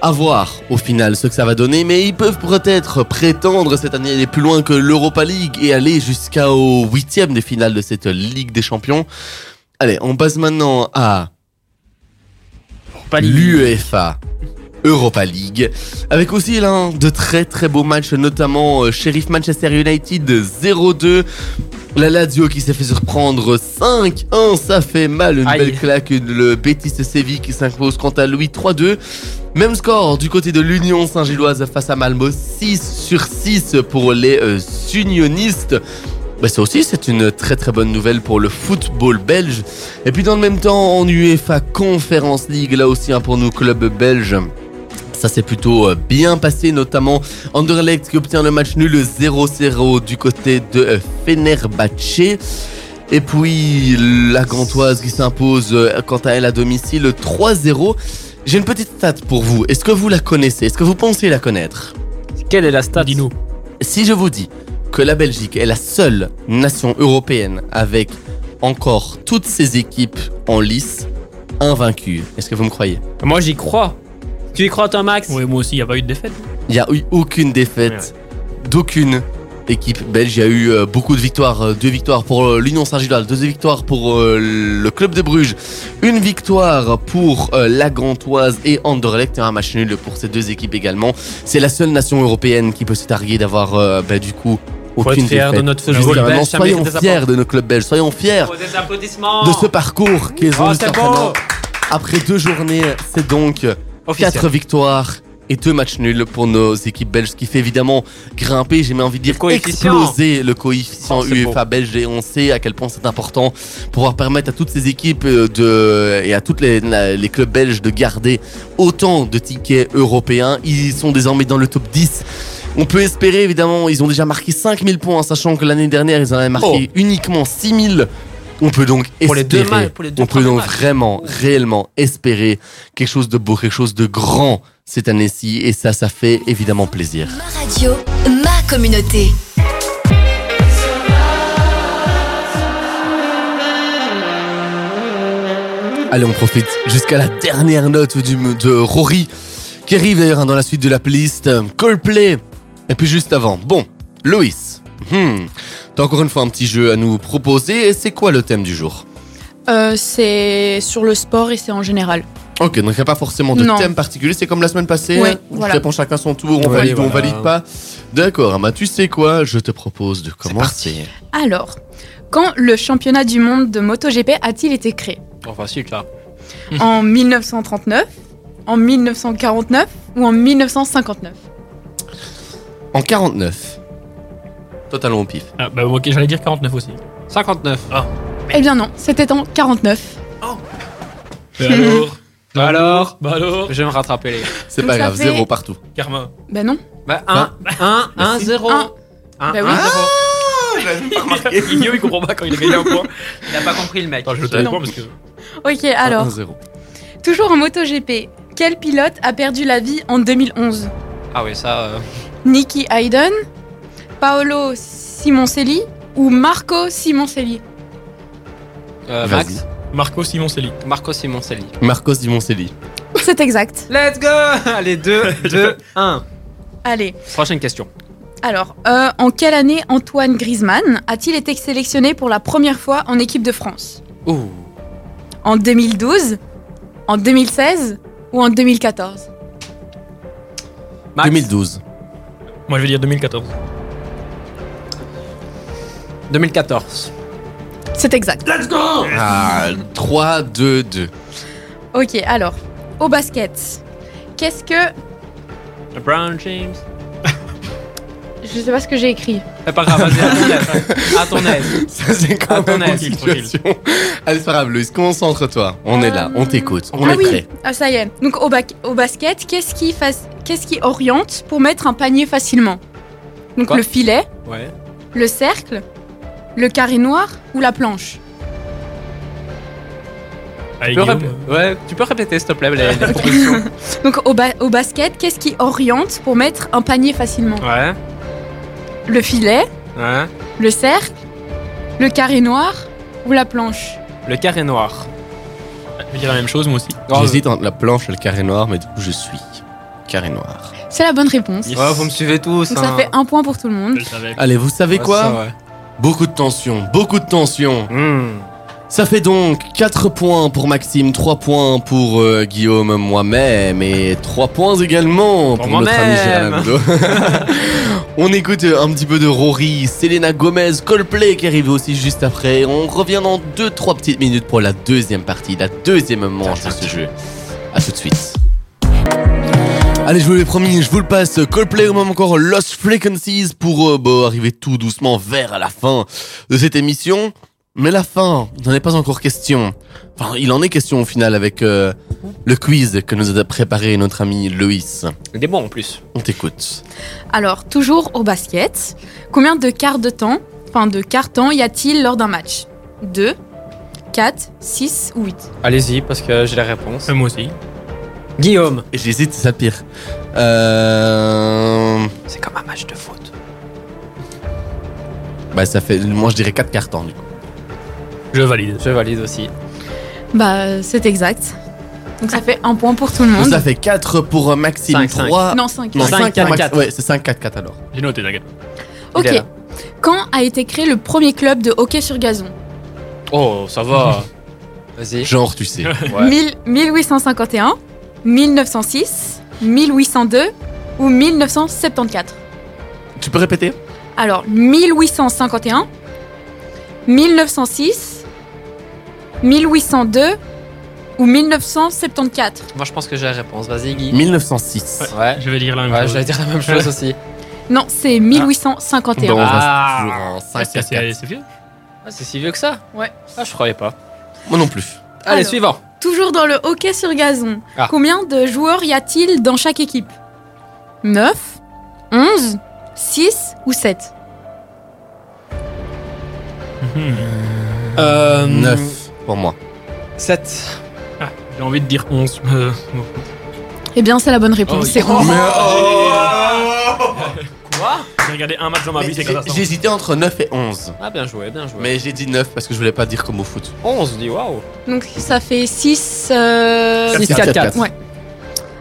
Speaker 2: À voir au final ce que ça va donner, mais ils peuvent peut-être prétendre cette année aller plus loin que l'Europa League et aller jusqu'au huitième des finales de cette Ligue des Champions. Allez, on passe maintenant à
Speaker 6: Pas lui.
Speaker 2: l'UEFA Europa League. Avec aussi l'un de très très beaux matchs, notamment euh, Sheriff Manchester United 0-2. La Lazio qui s'est fait surprendre 5-1, ça fait mal, une
Speaker 6: Aïe.
Speaker 2: belle claque. une- Le Betis Séville qui s'impose quant à lui 3-2. Même score du côté de l'Union Saint-Gilloise face à Malmo, 6 sur 6 pour les euh, unionistes. Bah ça aussi, c'est une très très bonne nouvelle pour le football belge. Et puis dans le même temps, en UEFA Conference League, là aussi hein, pour nos clubs belges. Ça s'est plutôt euh, bien passé, notamment Anderlecht qui obtient le match nul 0-0 du côté de euh, Fenerbahce. Et puis la Gantoise qui s'impose euh, quant à elle à domicile 3-0. J'ai une petite stat pour vous. Est-ce que vous la connaissez Est-ce que vous pensez la connaître
Speaker 6: Quelle est la stat
Speaker 5: Dis-nous.
Speaker 2: si je vous dis que la Belgique est la seule nation européenne avec encore toutes ses équipes en lice invaincues, est-ce que vous me croyez
Speaker 6: Moi j'y crois. Tu y crois toi Max
Speaker 5: Ouais, moi aussi, il n'y a pas eu de défaite.
Speaker 2: Il n'y a eu aucune défaite d'aucune équipe belge. Il y a eu euh, beaucoup de victoires. euh, deux victoires pour euh, l'Union Saint-Gilloise, deux victoires pour euh, le club de Bruges, une victoire pour euh, la Gantoise et Anderlecht. et Un match nul pour ces deux équipes également. C'est la seule nation européenne qui peut se targuer d'avoir euh, bah, du coup
Speaker 5: Faut
Speaker 2: aucune
Speaker 5: être fier de
Speaker 2: défaite.
Speaker 5: notre
Speaker 2: Je
Speaker 5: football
Speaker 2: dis
Speaker 5: belge,
Speaker 2: vraiment,
Speaker 5: ça
Speaker 2: soyons
Speaker 5: mérite des Oh,
Speaker 2: fiers de nos clubs belges, soyons fiers
Speaker 6: des applaudissements
Speaker 2: de ce parcours qu'ils ont
Speaker 6: Oh,
Speaker 2: jusqu'à
Speaker 6: c'est beau
Speaker 2: maintenant. Après deux journées, c'est donc
Speaker 6: Officiel.
Speaker 2: quatre victoires et deux matchs nuls pour nos équipes belges, ce qui fait évidemment grimper, j'ai même envie de dire
Speaker 6: coefficient.
Speaker 2: exploser le coefficient
Speaker 6: Oh, c'est
Speaker 2: UEFA belge et on sait à quel point c'est important pour pouvoir permettre à toutes ces équipes euh, de, et à tous les, la- les clubs belges de garder autant de tickets européens. Ils sont désormais dans le top 10. On peut espérer évidemment, ils ont déjà marqué 5000 points, sachant que l'année dernière ils en avaient
Speaker 6: Oh.
Speaker 2: marqué uniquement 6000. On peut donc espérer
Speaker 6: Pour les deux ma- pour les deux
Speaker 2: on peut
Speaker 6: premiers
Speaker 2: donc
Speaker 6: matchs.
Speaker 2: vraiment, réellement espérer quelque chose de beau, quelque chose de grand cette année-ci. Et ça, ça fait évidemment plaisir.
Speaker 3: Ma radio, ma communauté.
Speaker 2: Allez, on profite jusqu'à la dernière note du, de Rory, qui arrive d'ailleurs hein, dans la suite de la playlist euh, Coldplay. Et puis juste avant, bon, Loïs, hmm, t'as encore une fois un petit jeu à nous proposer. Et c'est quoi le thème du jour
Speaker 4: Euh, c'est sur le sport et c'est en général.
Speaker 2: Ok, donc il n'y a pas forcément de
Speaker 4: Non.
Speaker 2: thème particulier, c'est comme la semaine passée,
Speaker 4: Ouais,
Speaker 2: on
Speaker 4: voilà.
Speaker 2: répond chacun son tour, on
Speaker 6: Ouais,
Speaker 2: valide ou on
Speaker 6: voilà.
Speaker 2: valide pas. D'accord, ah bah tu sais quoi, je te propose de commencer.
Speaker 4: Alors, quand le championnat du monde de MotoGP a-t-il été créé
Speaker 6: Oh facile là.
Speaker 4: En 1939 En 1949 Ou en 1959
Speaker 2: En 49. Totalement au pif.
Speaker 5: Ah, bah, ok, j'allais dire 49 aussi.
Speaker 6: 59.
Speaker 5: Ah,
Speaker 4: Eh bien non, c'était en 49.
Speaker 5: Mais alors Non.
Speaker 6: Alors
Speaker 5: Bah alors
Speaker 6: Je vais me rattraper les gars.
Speaker 2: C'est
Speaker 4: Donc
Speaker 2: pas
Speaker 4: ça
Speaker 2: grave,
Speaker 4: fait-
Speaker 2: zéro partout.
Speaker 5: Karma.
Speaker 4: Ben non.
Speaker 6: Bah 1, 1, 1, 0.
Speaker 4: Un.
Speaker 6: 1,
Speaker 4: Bah oui.
Speaker 6: Ah,
Speaker 5: Idiot, il comprend pas quand il a gagné un point.
Speaker 6: Il a pas compris le mec.
Speaker 5: Attends, je le tape pas parce que.
Speaker 4: Ok, alors,
Speaker 2: Un, un, zéro.
Speaker 4: toujours en MotoGP, quel pilote a perdu la vie en 2011
Speaker 6: Ah oui, ça. euh,
Speaker 4: Nicky Hayden Paolo Simoncelli ou Marco Simoncelli
Speaker 6: Euh,
Speaker 2: Vas-y.
Speaker 6: Max
Speaker 5: Marco Simoncelli.
Speaker 6: Marco Simoncelli.
Speaker 2: Marcos Dimoncelli.
Speaker 4: C'est exact.
Speaker 6: Let's go Allez, 2, 2, 1.
Speaker 4: Allez,
Speaker 6: Prochaine question.
Speaker 4: alors, euh, en quelle année Antoine Griezmann a-t-il été sélectionné pour la première fois en équipe de France
Speaker 6: Ouh.
Speaker 4: En 2012 En 2016 Ou en 2014
Speaker 6: Max
Speaker 2: 2012.
Speaker 5: Moi, je vais dire 2014.
Speaker 6: 2014.
Speaker 4: C'est exact.
Speaker 2: Ah, 3, 2, 2.
Speaker 4: Ok, alors, au basket, qu'est-ce que...
Speaker 6: LeBron James.
Speaker 4: Je sais pas ce que j'ai écrit.
Speaker 6: C'est pas grave, Ah, vas-y, à ton aise. à ton aise.
Speaker 2: Ça, c'est quand
Speaker 6: Attends,
Speaker 2: même une
Speaker 6: tranquille,
Speaker 2: situation. Allez, c'est pas grave, Louis, concentre-toi. On est là, on t'écoute, on
Speaker 4: ah
Speaker 2: est
Speaker 4: oui,
Speaker 2: prêt.
Speaker 4: ah, ça y est. Donc au, bac- au basket, qu'est-ce qui, fasse- qu'est-ce qui oriente pour mettre un panier facilement Donc
Speaker 6: Quoi
Speaker 4: le filet,
Speaker 6: Ouais.
Speaker 4: le cercle, le carré noir ou la planche
Speaker 5: Allez,
Speaker 6: Tu peux,
Speaker 5: Guillaume.
Speaker 6: répé- ouais, tu peux répéter, s'il te plaît, les, les propositions.
Speaker 4: Donc au, ba- au basket, qu'est-ce qui oriente pour mettre un panier facilement
Speaker 6: Ouais.
Speaker 4: Le filet,
Speaker 6: Ouais.
Speaker 4: le cercle, le carré noir ou la planche
Speaker 6: Le carré noir.
Speaker 5: Je vais dire la même chose, moi aussi.
Speaker 6: Oh,
Speaker 2: J'hésite entre la planche et le carré noir, mais du coup, je suis carré noir.
Speaker 4: C'est la bonne réponse.
Speaker 5: Yes.
Speaker 6: Ouais, vous me suivez tous.
Speaker 4: Donc ça
Speaker 6: hein.
Speaker 4: fait un point pour tout le monde.
Speaker 5: Je le savais.
Speaker 2: Allez, vous savez
Speaker 6: Ouais,
Speaker 2: quoi
Speaker 6: ça, ouais.
Speaker 2: Beaucoup de tension, beaucoup de tension.
Speaker 6: Hmm.
Speaker 2: Ça fait donc 4 points pour Maxime, 3 points pour euh, Guillaume, moi-même et 3 points également pour,
Speaker 6: Pour
Speaker 2: notre ami
Speaker 6: moi-même.
Speaker 2: Gérald Hanouna. On écoute euh, un petit peu de Rory, Selena Gomez, Coldplay qui arrive aussi juste après. On revient dans 2-3 petites minutes pour la deuxième partie, la deuxième manche de ce jeu. A tout de suite. Allez, je vous l'ai promis, je vous le passe. Coldplay ou même encore Lost Frequencies pour euh, bah, arriver tout doucement vers la fin de cette émission. Mais la fin n'en est pas encore question. Enfin, il en est question au final avec euh, le quiz que nous a préparé notre ami Loïs.
Speaker 6: Il est bon en plus.
Speaker 2: On t'écoute.
Speaker 4: Alors, toujours au basket, combien de quarts de temps, enfin de quarts temps y a-t-il lors d'un match 2, 4, 6 ou 8
Speaker 6: Allez-y, parce que j'ai la réponse.
Speaker 5: Euh, Moi aussi.
Speaker 6: Guillaume.
Speaker 2: Et J'hésite, c'est ça le pire. Euh...
Speaker 6: C'est comme un match de foot.
Speaker 2: Bah ça fait, moi je dirais 4 cartons du coup.
Speaker 5: Je valide.
Speaker 6: Je valide aussi.
Speaker 4: Bah, c'est exact. Donc ça fait un point pour tout le
Speaker 2: Donc
Speaker 4: monde.
Speaker 2: Ah. ça fait 4 pour euh, Maxime,
Speaker 6: Cinq, cinq.
Speaker 2: 3...
Speaker 4: Mmh. Non, 5.
Speaker 2: Non,
Speaker 6: Cinq,
Speaker 2: 5,
Speaker 6: quatre,
Speaker 2: pour Maxime.
Speaker 6: quatre.
Speaker 2: Ouais, c'est 5, 4, 4 alors.
Speaker 5: J'ai noté, t'inquiète.
Speaker 4: Ok.
Speaker 6: Il est là.
Speaker 4: Quand a été créé le premier club de hockey sur gazon
Speaker 6: Oh, ça va. Vas-y.
Speaker 2: Genre, tu sais.
Speaker 6: Ouais.
Speaker 4: 1000 1851, 1906, 1802 ou 1974
Speaker 2: tu peux répéter
Speaker 4: Alors, 1851, 1906, 1802 ou 1974
Speaker 6: Moi, je pense que j'ai la réponse. Vas-y, Guy.
Speaker 2: 1906.
Speaker 6: Ouais.
Speaker 5: Je vais dire la même
Speaker 6: Ah. Ouais,
Speaker 5: chose.
Speaker 6: j'allais dire la même chose aussi.
Speaker 4: Non, c'est 1851.
Speaker 2: Bon, on reste
Speaker 6: Ah.
Speaker 2: toujours en cinq,
Speaker 5: Ouais,
Speaker 2: quatre,
Speaker 5: c'est
Speaker 2: quatre.
Speaker 5: c'est- c'est vieux.
Speaker 6: Ah, c'est si vieux que ça
Speaker 4: Ouais.
Speaker 6: Ah, je croyais pas.
Speaker 2: Moi non plus.
Speaker 6: Allez,
Speaker 4: Alors.
Speaker 6: suivant.
Speaker 4: Toujours dans le hockey sur gazon,
Speaker 6: Ah.
Speaker 4: combien de joueurs y a-t-il dans chaque équipe 9, 11, 6 ou 7
Speaker 6: Euh,
Speaker 2: 9 pour moi.
Speaker 6: 7.
Speaker 5: Ah, J'ai envie de dire 11. Euh, bon.
Speaker 4: Eh bien, c'est la bonne réponse,
Speaker 5: Oh,
Speaker 4: c'est
Speaker 5: oui.
Speaker 4: 11.
Speaker 6: oh. Quoi
Speaker 5: J'ai regardé un match dans ma vie, c'est
Speaker 2: J'ai-
Speaker 5: grâce à ça.
Speaker 2: J'hésitais entre 9 et 11.
Speaker 6: Ah, bien joué, bien joué.
Speaker 2: Mais j'ai dit 9 parce que je voulais pas dire comme au foot.
Speaker 6: 11, dis waouh.
Speaker 4: Donc, ça fait 6...
Speaker 2: Quatre, quatre,
Speaker 6: 6, 4,
Speaker 2: quatre,
Speaker 6: 4.
Speaker 4: quatre. Ouais.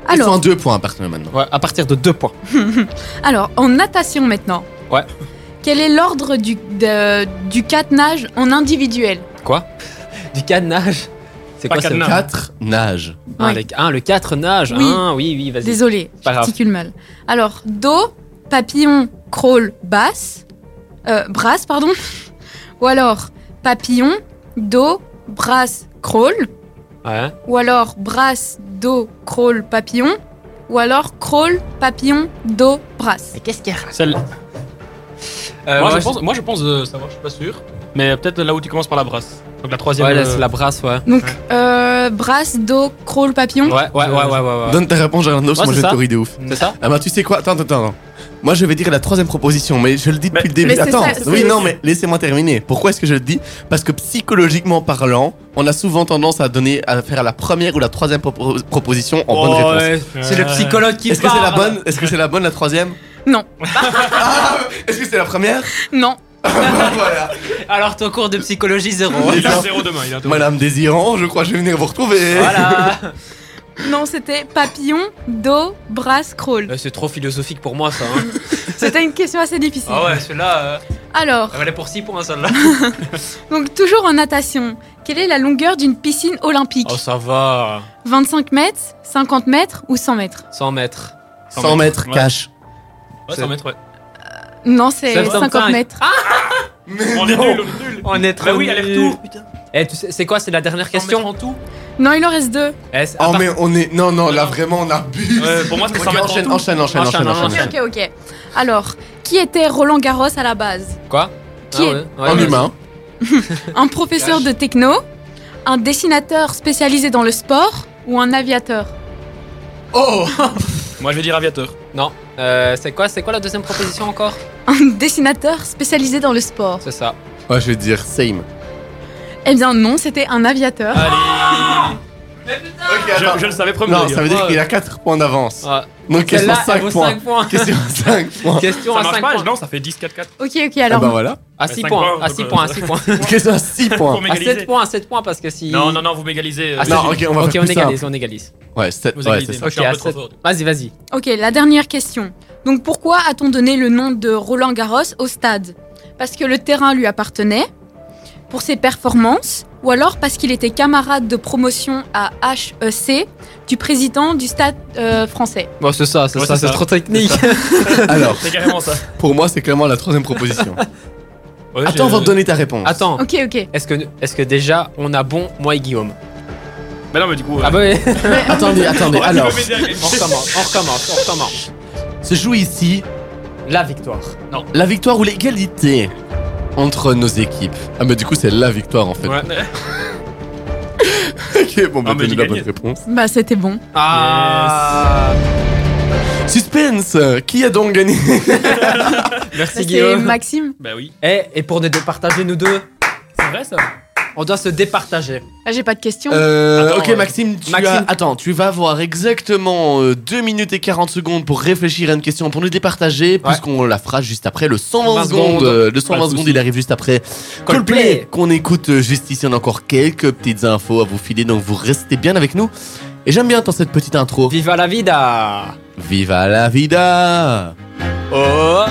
Speaker 2: Ils sont
Speaker 4: Alors,
Speaker 2: en 2 points à partir de maintenant.
Speaker 6: Ouais, à partir de 2 points.
Speaker 4: alors, en natation maintenant.
Speaker 6: Ouais.
Speaker 4: Quel est l'ordre du, de- du catenage en individuel
Speaker 6: Du cadenage. C'est
Speaker 5: Pas
Speaker 6: quoi ça
Speaker 5: cadenas.
Speaker 2: 4 nages.
Speaker 6: Ah,
Speaker 4: Ouais.
Speaker 6: le, ah, le 4 nage.
Speaker 4: Oui.
Speaker 6: Ah, oui, oui, vas-y.
Speaker 4: Désolé,
Speaker 6: Pas grave.
Speaker 4: j'articule mal. Alors, dos, papillon, crawl, basse, euh, brasse, pardon. Ou alors, papillon, dos, brasse, crawl.
Speaker 6: Ouais.
Speaker 4: Ou alors, brasse, dos, crawl, papillon. Ou alors, crawl, papillon, dos, brasse.
Speaker 6: qu'est-ce qu'il y a
Speaker 5: Celle-
Speaker 6: euh,
Speaker 5: moi,
Speaker 6: ouais,
Speaker 5: je pense, moi, je pense euh, savoir, je suis pas sûr. Mais euh, peut-être là où tu commences par la brasse. Donc la troisième.
Speaker 6: Ouais, là,
Speaker 5: euh,
Speaker 6: c'est la brasse, ouais.
Speaker 4: Donc, euh, brasse, dos, crawl, papillon.
Speaker 6: Ouais, ouais, ouais, ouais, ouais. ouais.
Speaker 2: Donne ta réponse, Gerardo,
Speaker 6: Ouais,
Speaker 2: moi
Speaker 6: c'est
Speaker 2: j'ai une
Speaker 6: ça.
Speaker 2: théorie de ouf.
Speaker 6: C'est ça
Speaker 2: Ah bah tu sais quoi Attends, attends, attends. Moi je vais dire la troisième proposition, mais je le dis depuis
Speaker 5: Mais-
Speaker 2: le début.
Speaker 4: mais c'est
Speaker 2: Attends,
Speaker 4: ça, c'est-
Speaker 2: oui, non, mais laissez-moi terminer. Pourquoi est-ce que je le dis Parce que psychologiquement parlant, on a souvent tendance à donner, à faire la première ou la troisième propo- proposition en bonne
Speaker 5: Oh,
Speaker 2: réponse.
Speaker 6: C'est le psychologue qui
Speaker 2: Est-ce que c'est la bonne Est-ce que c'est la bonne la troisième
Speaker 4: Non.
Speaker 2: Ah, Est-ce que c'est la première
Speaker 4: Non.
Speaker 2: voilà.
Speaker 6: Alors ton cours de psychologie zéro.
Speaker 5: Il a zéro demain, il a zéro.
Speaker 2: Madame Désirant, je crois que je vais venir vous retrouver.
Speaker 6: voilà.
Speaker 4: Non, c'était papillon, dos, bras, crawl.
Speaker 6: Euh, C'est trop philosophique pour moi ça. hein.
Speaker 4: C'était une question assez difficile.
Speaker 6: Ah ouais, celui-là, euh,
Speaker 4: Alors,
Speaker 6: elle valait pour 6 points celle-là.
Speaker 4: donc toujours en natation, quelle est la longueur d'une piscine olympique
Speaker 6: Oh ça va.
Speaker 4: 25 mètres, 50 mètres ou 100 mètres
Speaker 6: 100 mètres.
Speaker 2: 100 mètres
Speaker 5: Ouais.
Speaker 2: cash.
Speaker 5: Ouais, 100 mètres, ouais.
Speaker 4: Non, c'est
Speaker 6: 75.
Speaker 4: 50 mètres.
Speaker 6: Ah.
Speaker 5: On est nul, on est nul.
Speaker 6: On est trop
Speaker 5: Bah oui, aller-retour. Putain.
Speaker 6: Eh, tu sais, c'est quoi C'est la dernière question en tout
Speaker 4: Non, il en reste deux.
Speaker 6: eh, c'est- à
Speaker 2: Oh
Speaker 6: part-
Speaker 2: mais on est... Non, non, là
Speaker 5: Non.
Speaker 2: vraiment on abuse.
Speaker 5: Ouais, pour moi, c'était 100
Speaker 2: Ok,
Speaker 5: mètres. en
Speaker 2: enchaîne,
Speaker 5: tout.
Speaker 2: enchaîne, enchaîne,
Speaker 6: Enchaîne,
Speaker 2: enchaîne,
Speaker 6: enchaîne.
Speaker 2: enchaîne.
Speaker 4: Ok, ok, ok. Alors, qui était Roland Garros à la base
Speaker 6: Quoi Ah
Speaker 4: Qui est-
Speaker 6: ouais, ouais,
Speaker 2: En
Speaker 6: ouais.
Speaker 2: humain.
Speaker 4: Un professeur de techno, un dessinateur spécialisé dans le sport ou un aviateur
Speaker 2: Oh
Speaker 5: Moi, je vais dire aviateur.
Speaker 6: Non. Euh, c'est quoi C'est quoi la deuxième proposition encore
Speaker 4: Un dessinateur spécialisé dans le sport
Speaker 6: C'est ça.
Speaker 2: Ouais, Oh, je vais dire same.
Speaker 4: Eh bien non, c'était un aviateur.
Speaker 5: Allez. Je, je le savais premier.
Speaker 2: Non, ça veut dire
Speaker 6: Ouais.
Speaker 2: qu'il a 4 points d'avance.
Speaker 6: Ouais.
Speaker 2: Donc question
Speaker 6: Celle-là, elle
Speaker 2: 5
Speaker 6: vaut
Speaker 2: points.
Speaker 6: 5 points.
Speaker 2: Question 5 points.
Speaker 6: Question
Speaker 5: Ça
Speaker 6: à
Speaker 5: marche
Speaker 6: 5
Speaker 5: pas,
Speaker 6: points.
Speaker 5: non, ça fait 10-4-4.
Speaker 4: Ok, ok,
Speaker 2: Ah
Speaker 4: alors...
Speaker 2: bah voilà.
Speaker 6: À
Speaker 5: Mais
Speaker 6: 6
Speaker 5: cinq
Speaker 6: points.
Speaker 5: points,
Speaker 6: À
Speaker 5: donc,
Speaker 6: 6
Speaker 5: euh,
Speaker 6: points. À 6 points.
Speaker 2: Question à 6 points.
Speaker 5: Pour
Speaker 6: À 7
Speaker 5: m'égaliser.
Speaker 6: points. À 7 points parce que si.
Speaker 5: Non, non, non, vous m'égalisez. euh,
Speaker 6: Ah,
Speaker 2: Non, ok, on va
Speaker 6: ok,
Speaker 2: faire
Speaker 6: on
Speaker 2: plus simple.
Speaker 6: égalise, on égalise.
Speaker 2: Ouais, 7
Speaker 5: Vous
Speaker 2: ouais, c'est
Speaker 5: égalisez.
Speaker 2: ça.
Speaker 5: Moi, je suis un
Speaker 6: Ok,
Speaker 5: peu
Speaker 6: à
Speaker 5: trop fort.
Speaker 6: sept. Vas-y, vas-y.
Speaker 4: Ok, la dernière question. Donc pourquoi a-t-on donné le nom de Roland Garros au stade Parce que le terrain lui appartenait, pour ses performances, ou alors parce qu'il était camarade de promotion à HEC du président du stade euh, français.
Speaker 6: Bon, c'est ça, c'est
Speaker 5: Ouais,
Speaker 6: ça,
Speaker 5: c'est
Speaker 6: c'est
Speaker 5: ça.
Speaker 6: trop technique.
Speaker 2: Alors,
Speaker 5: C'est carrément ça.
Speaker 2: pour moi, c'est clairement la troisième proposition.
Speaker 5: Ouais, j'ai-
Speaker 2: Attends avant de donner ta réponse.
Speaker 6: Attends,
Speaker 4: Ok, ok.
Speaker 6: est-ce que, est que déjà on a bon, moi et Guillaume
Speaker 5: Bah non, mais du coup.
Speaker 6: Ah bah oui,
Speaker 2: Attendez, attendez. Alors,
Speaker 6: on recommence, on recommence, on recommence.
Speaker 2: se joue ici
Speaker 6: La victoire.
Speaker 2: la victoire ou l'égalité entre nos équipes. Ah, mais du coup, c'est la victoire en fait. ok, bon, bah,
Speaker 5: Ah, mais
Speaker 2: donnez
Speaker 5: j'ai
Speaker 2: la bonne
Speaker 5: gagné.
Speaker 2: réponse.
Speaker 4: Bah c'était bon.
Speaker 6: Ah
Speaker 2: Suspense Qui a donc gagné
Speaker 6: Merci
Speaker 4: C'était
Speaker 6: Guillaume.
Speaker 4: Maxime.
Speaker 5: Bah oui.
Speaker 6: Eh, et pour nous départager, nous deux,
Speaker 5: C'est vrai ça.
Speaker 6: on doit se départager.
Speaker 4: Ah, j'ai pas de questions.
Speaker 2: Euh,
Speaker 6: Attends,
Speaker 2: ok
Speaker 6: euh,
Speaker 2: Maxime, tu
Speaker 6: Maxime.
Speaker 2: as- Attends, tu vas avoir exactement euh, 2 minutes et 40 secondes pour réfléchir à une question, pour nous départager, puisqu'on la fera juste après le 120
Speaker 6: 20
Speaker 2: secondes.
Speaker 6: secondes.
Speaker 2: euh, le 120
Speaker 5: Pas de
Speaker 2: secondes,
Speaker 5: soucis.
Speaker 2: il arrive juste après
Speaker 6: Coldplay.
Speaker 2: Coldplay, qu'on écoute euh, juste ici. On a encore quelques petites infos à vous filer, donc vous restez bien avec nous. Et j'aime bien dans cette petite intro.
Speaker 6: Viva la vida
Speaker 2: Viva la vida
Speaker 6: Oh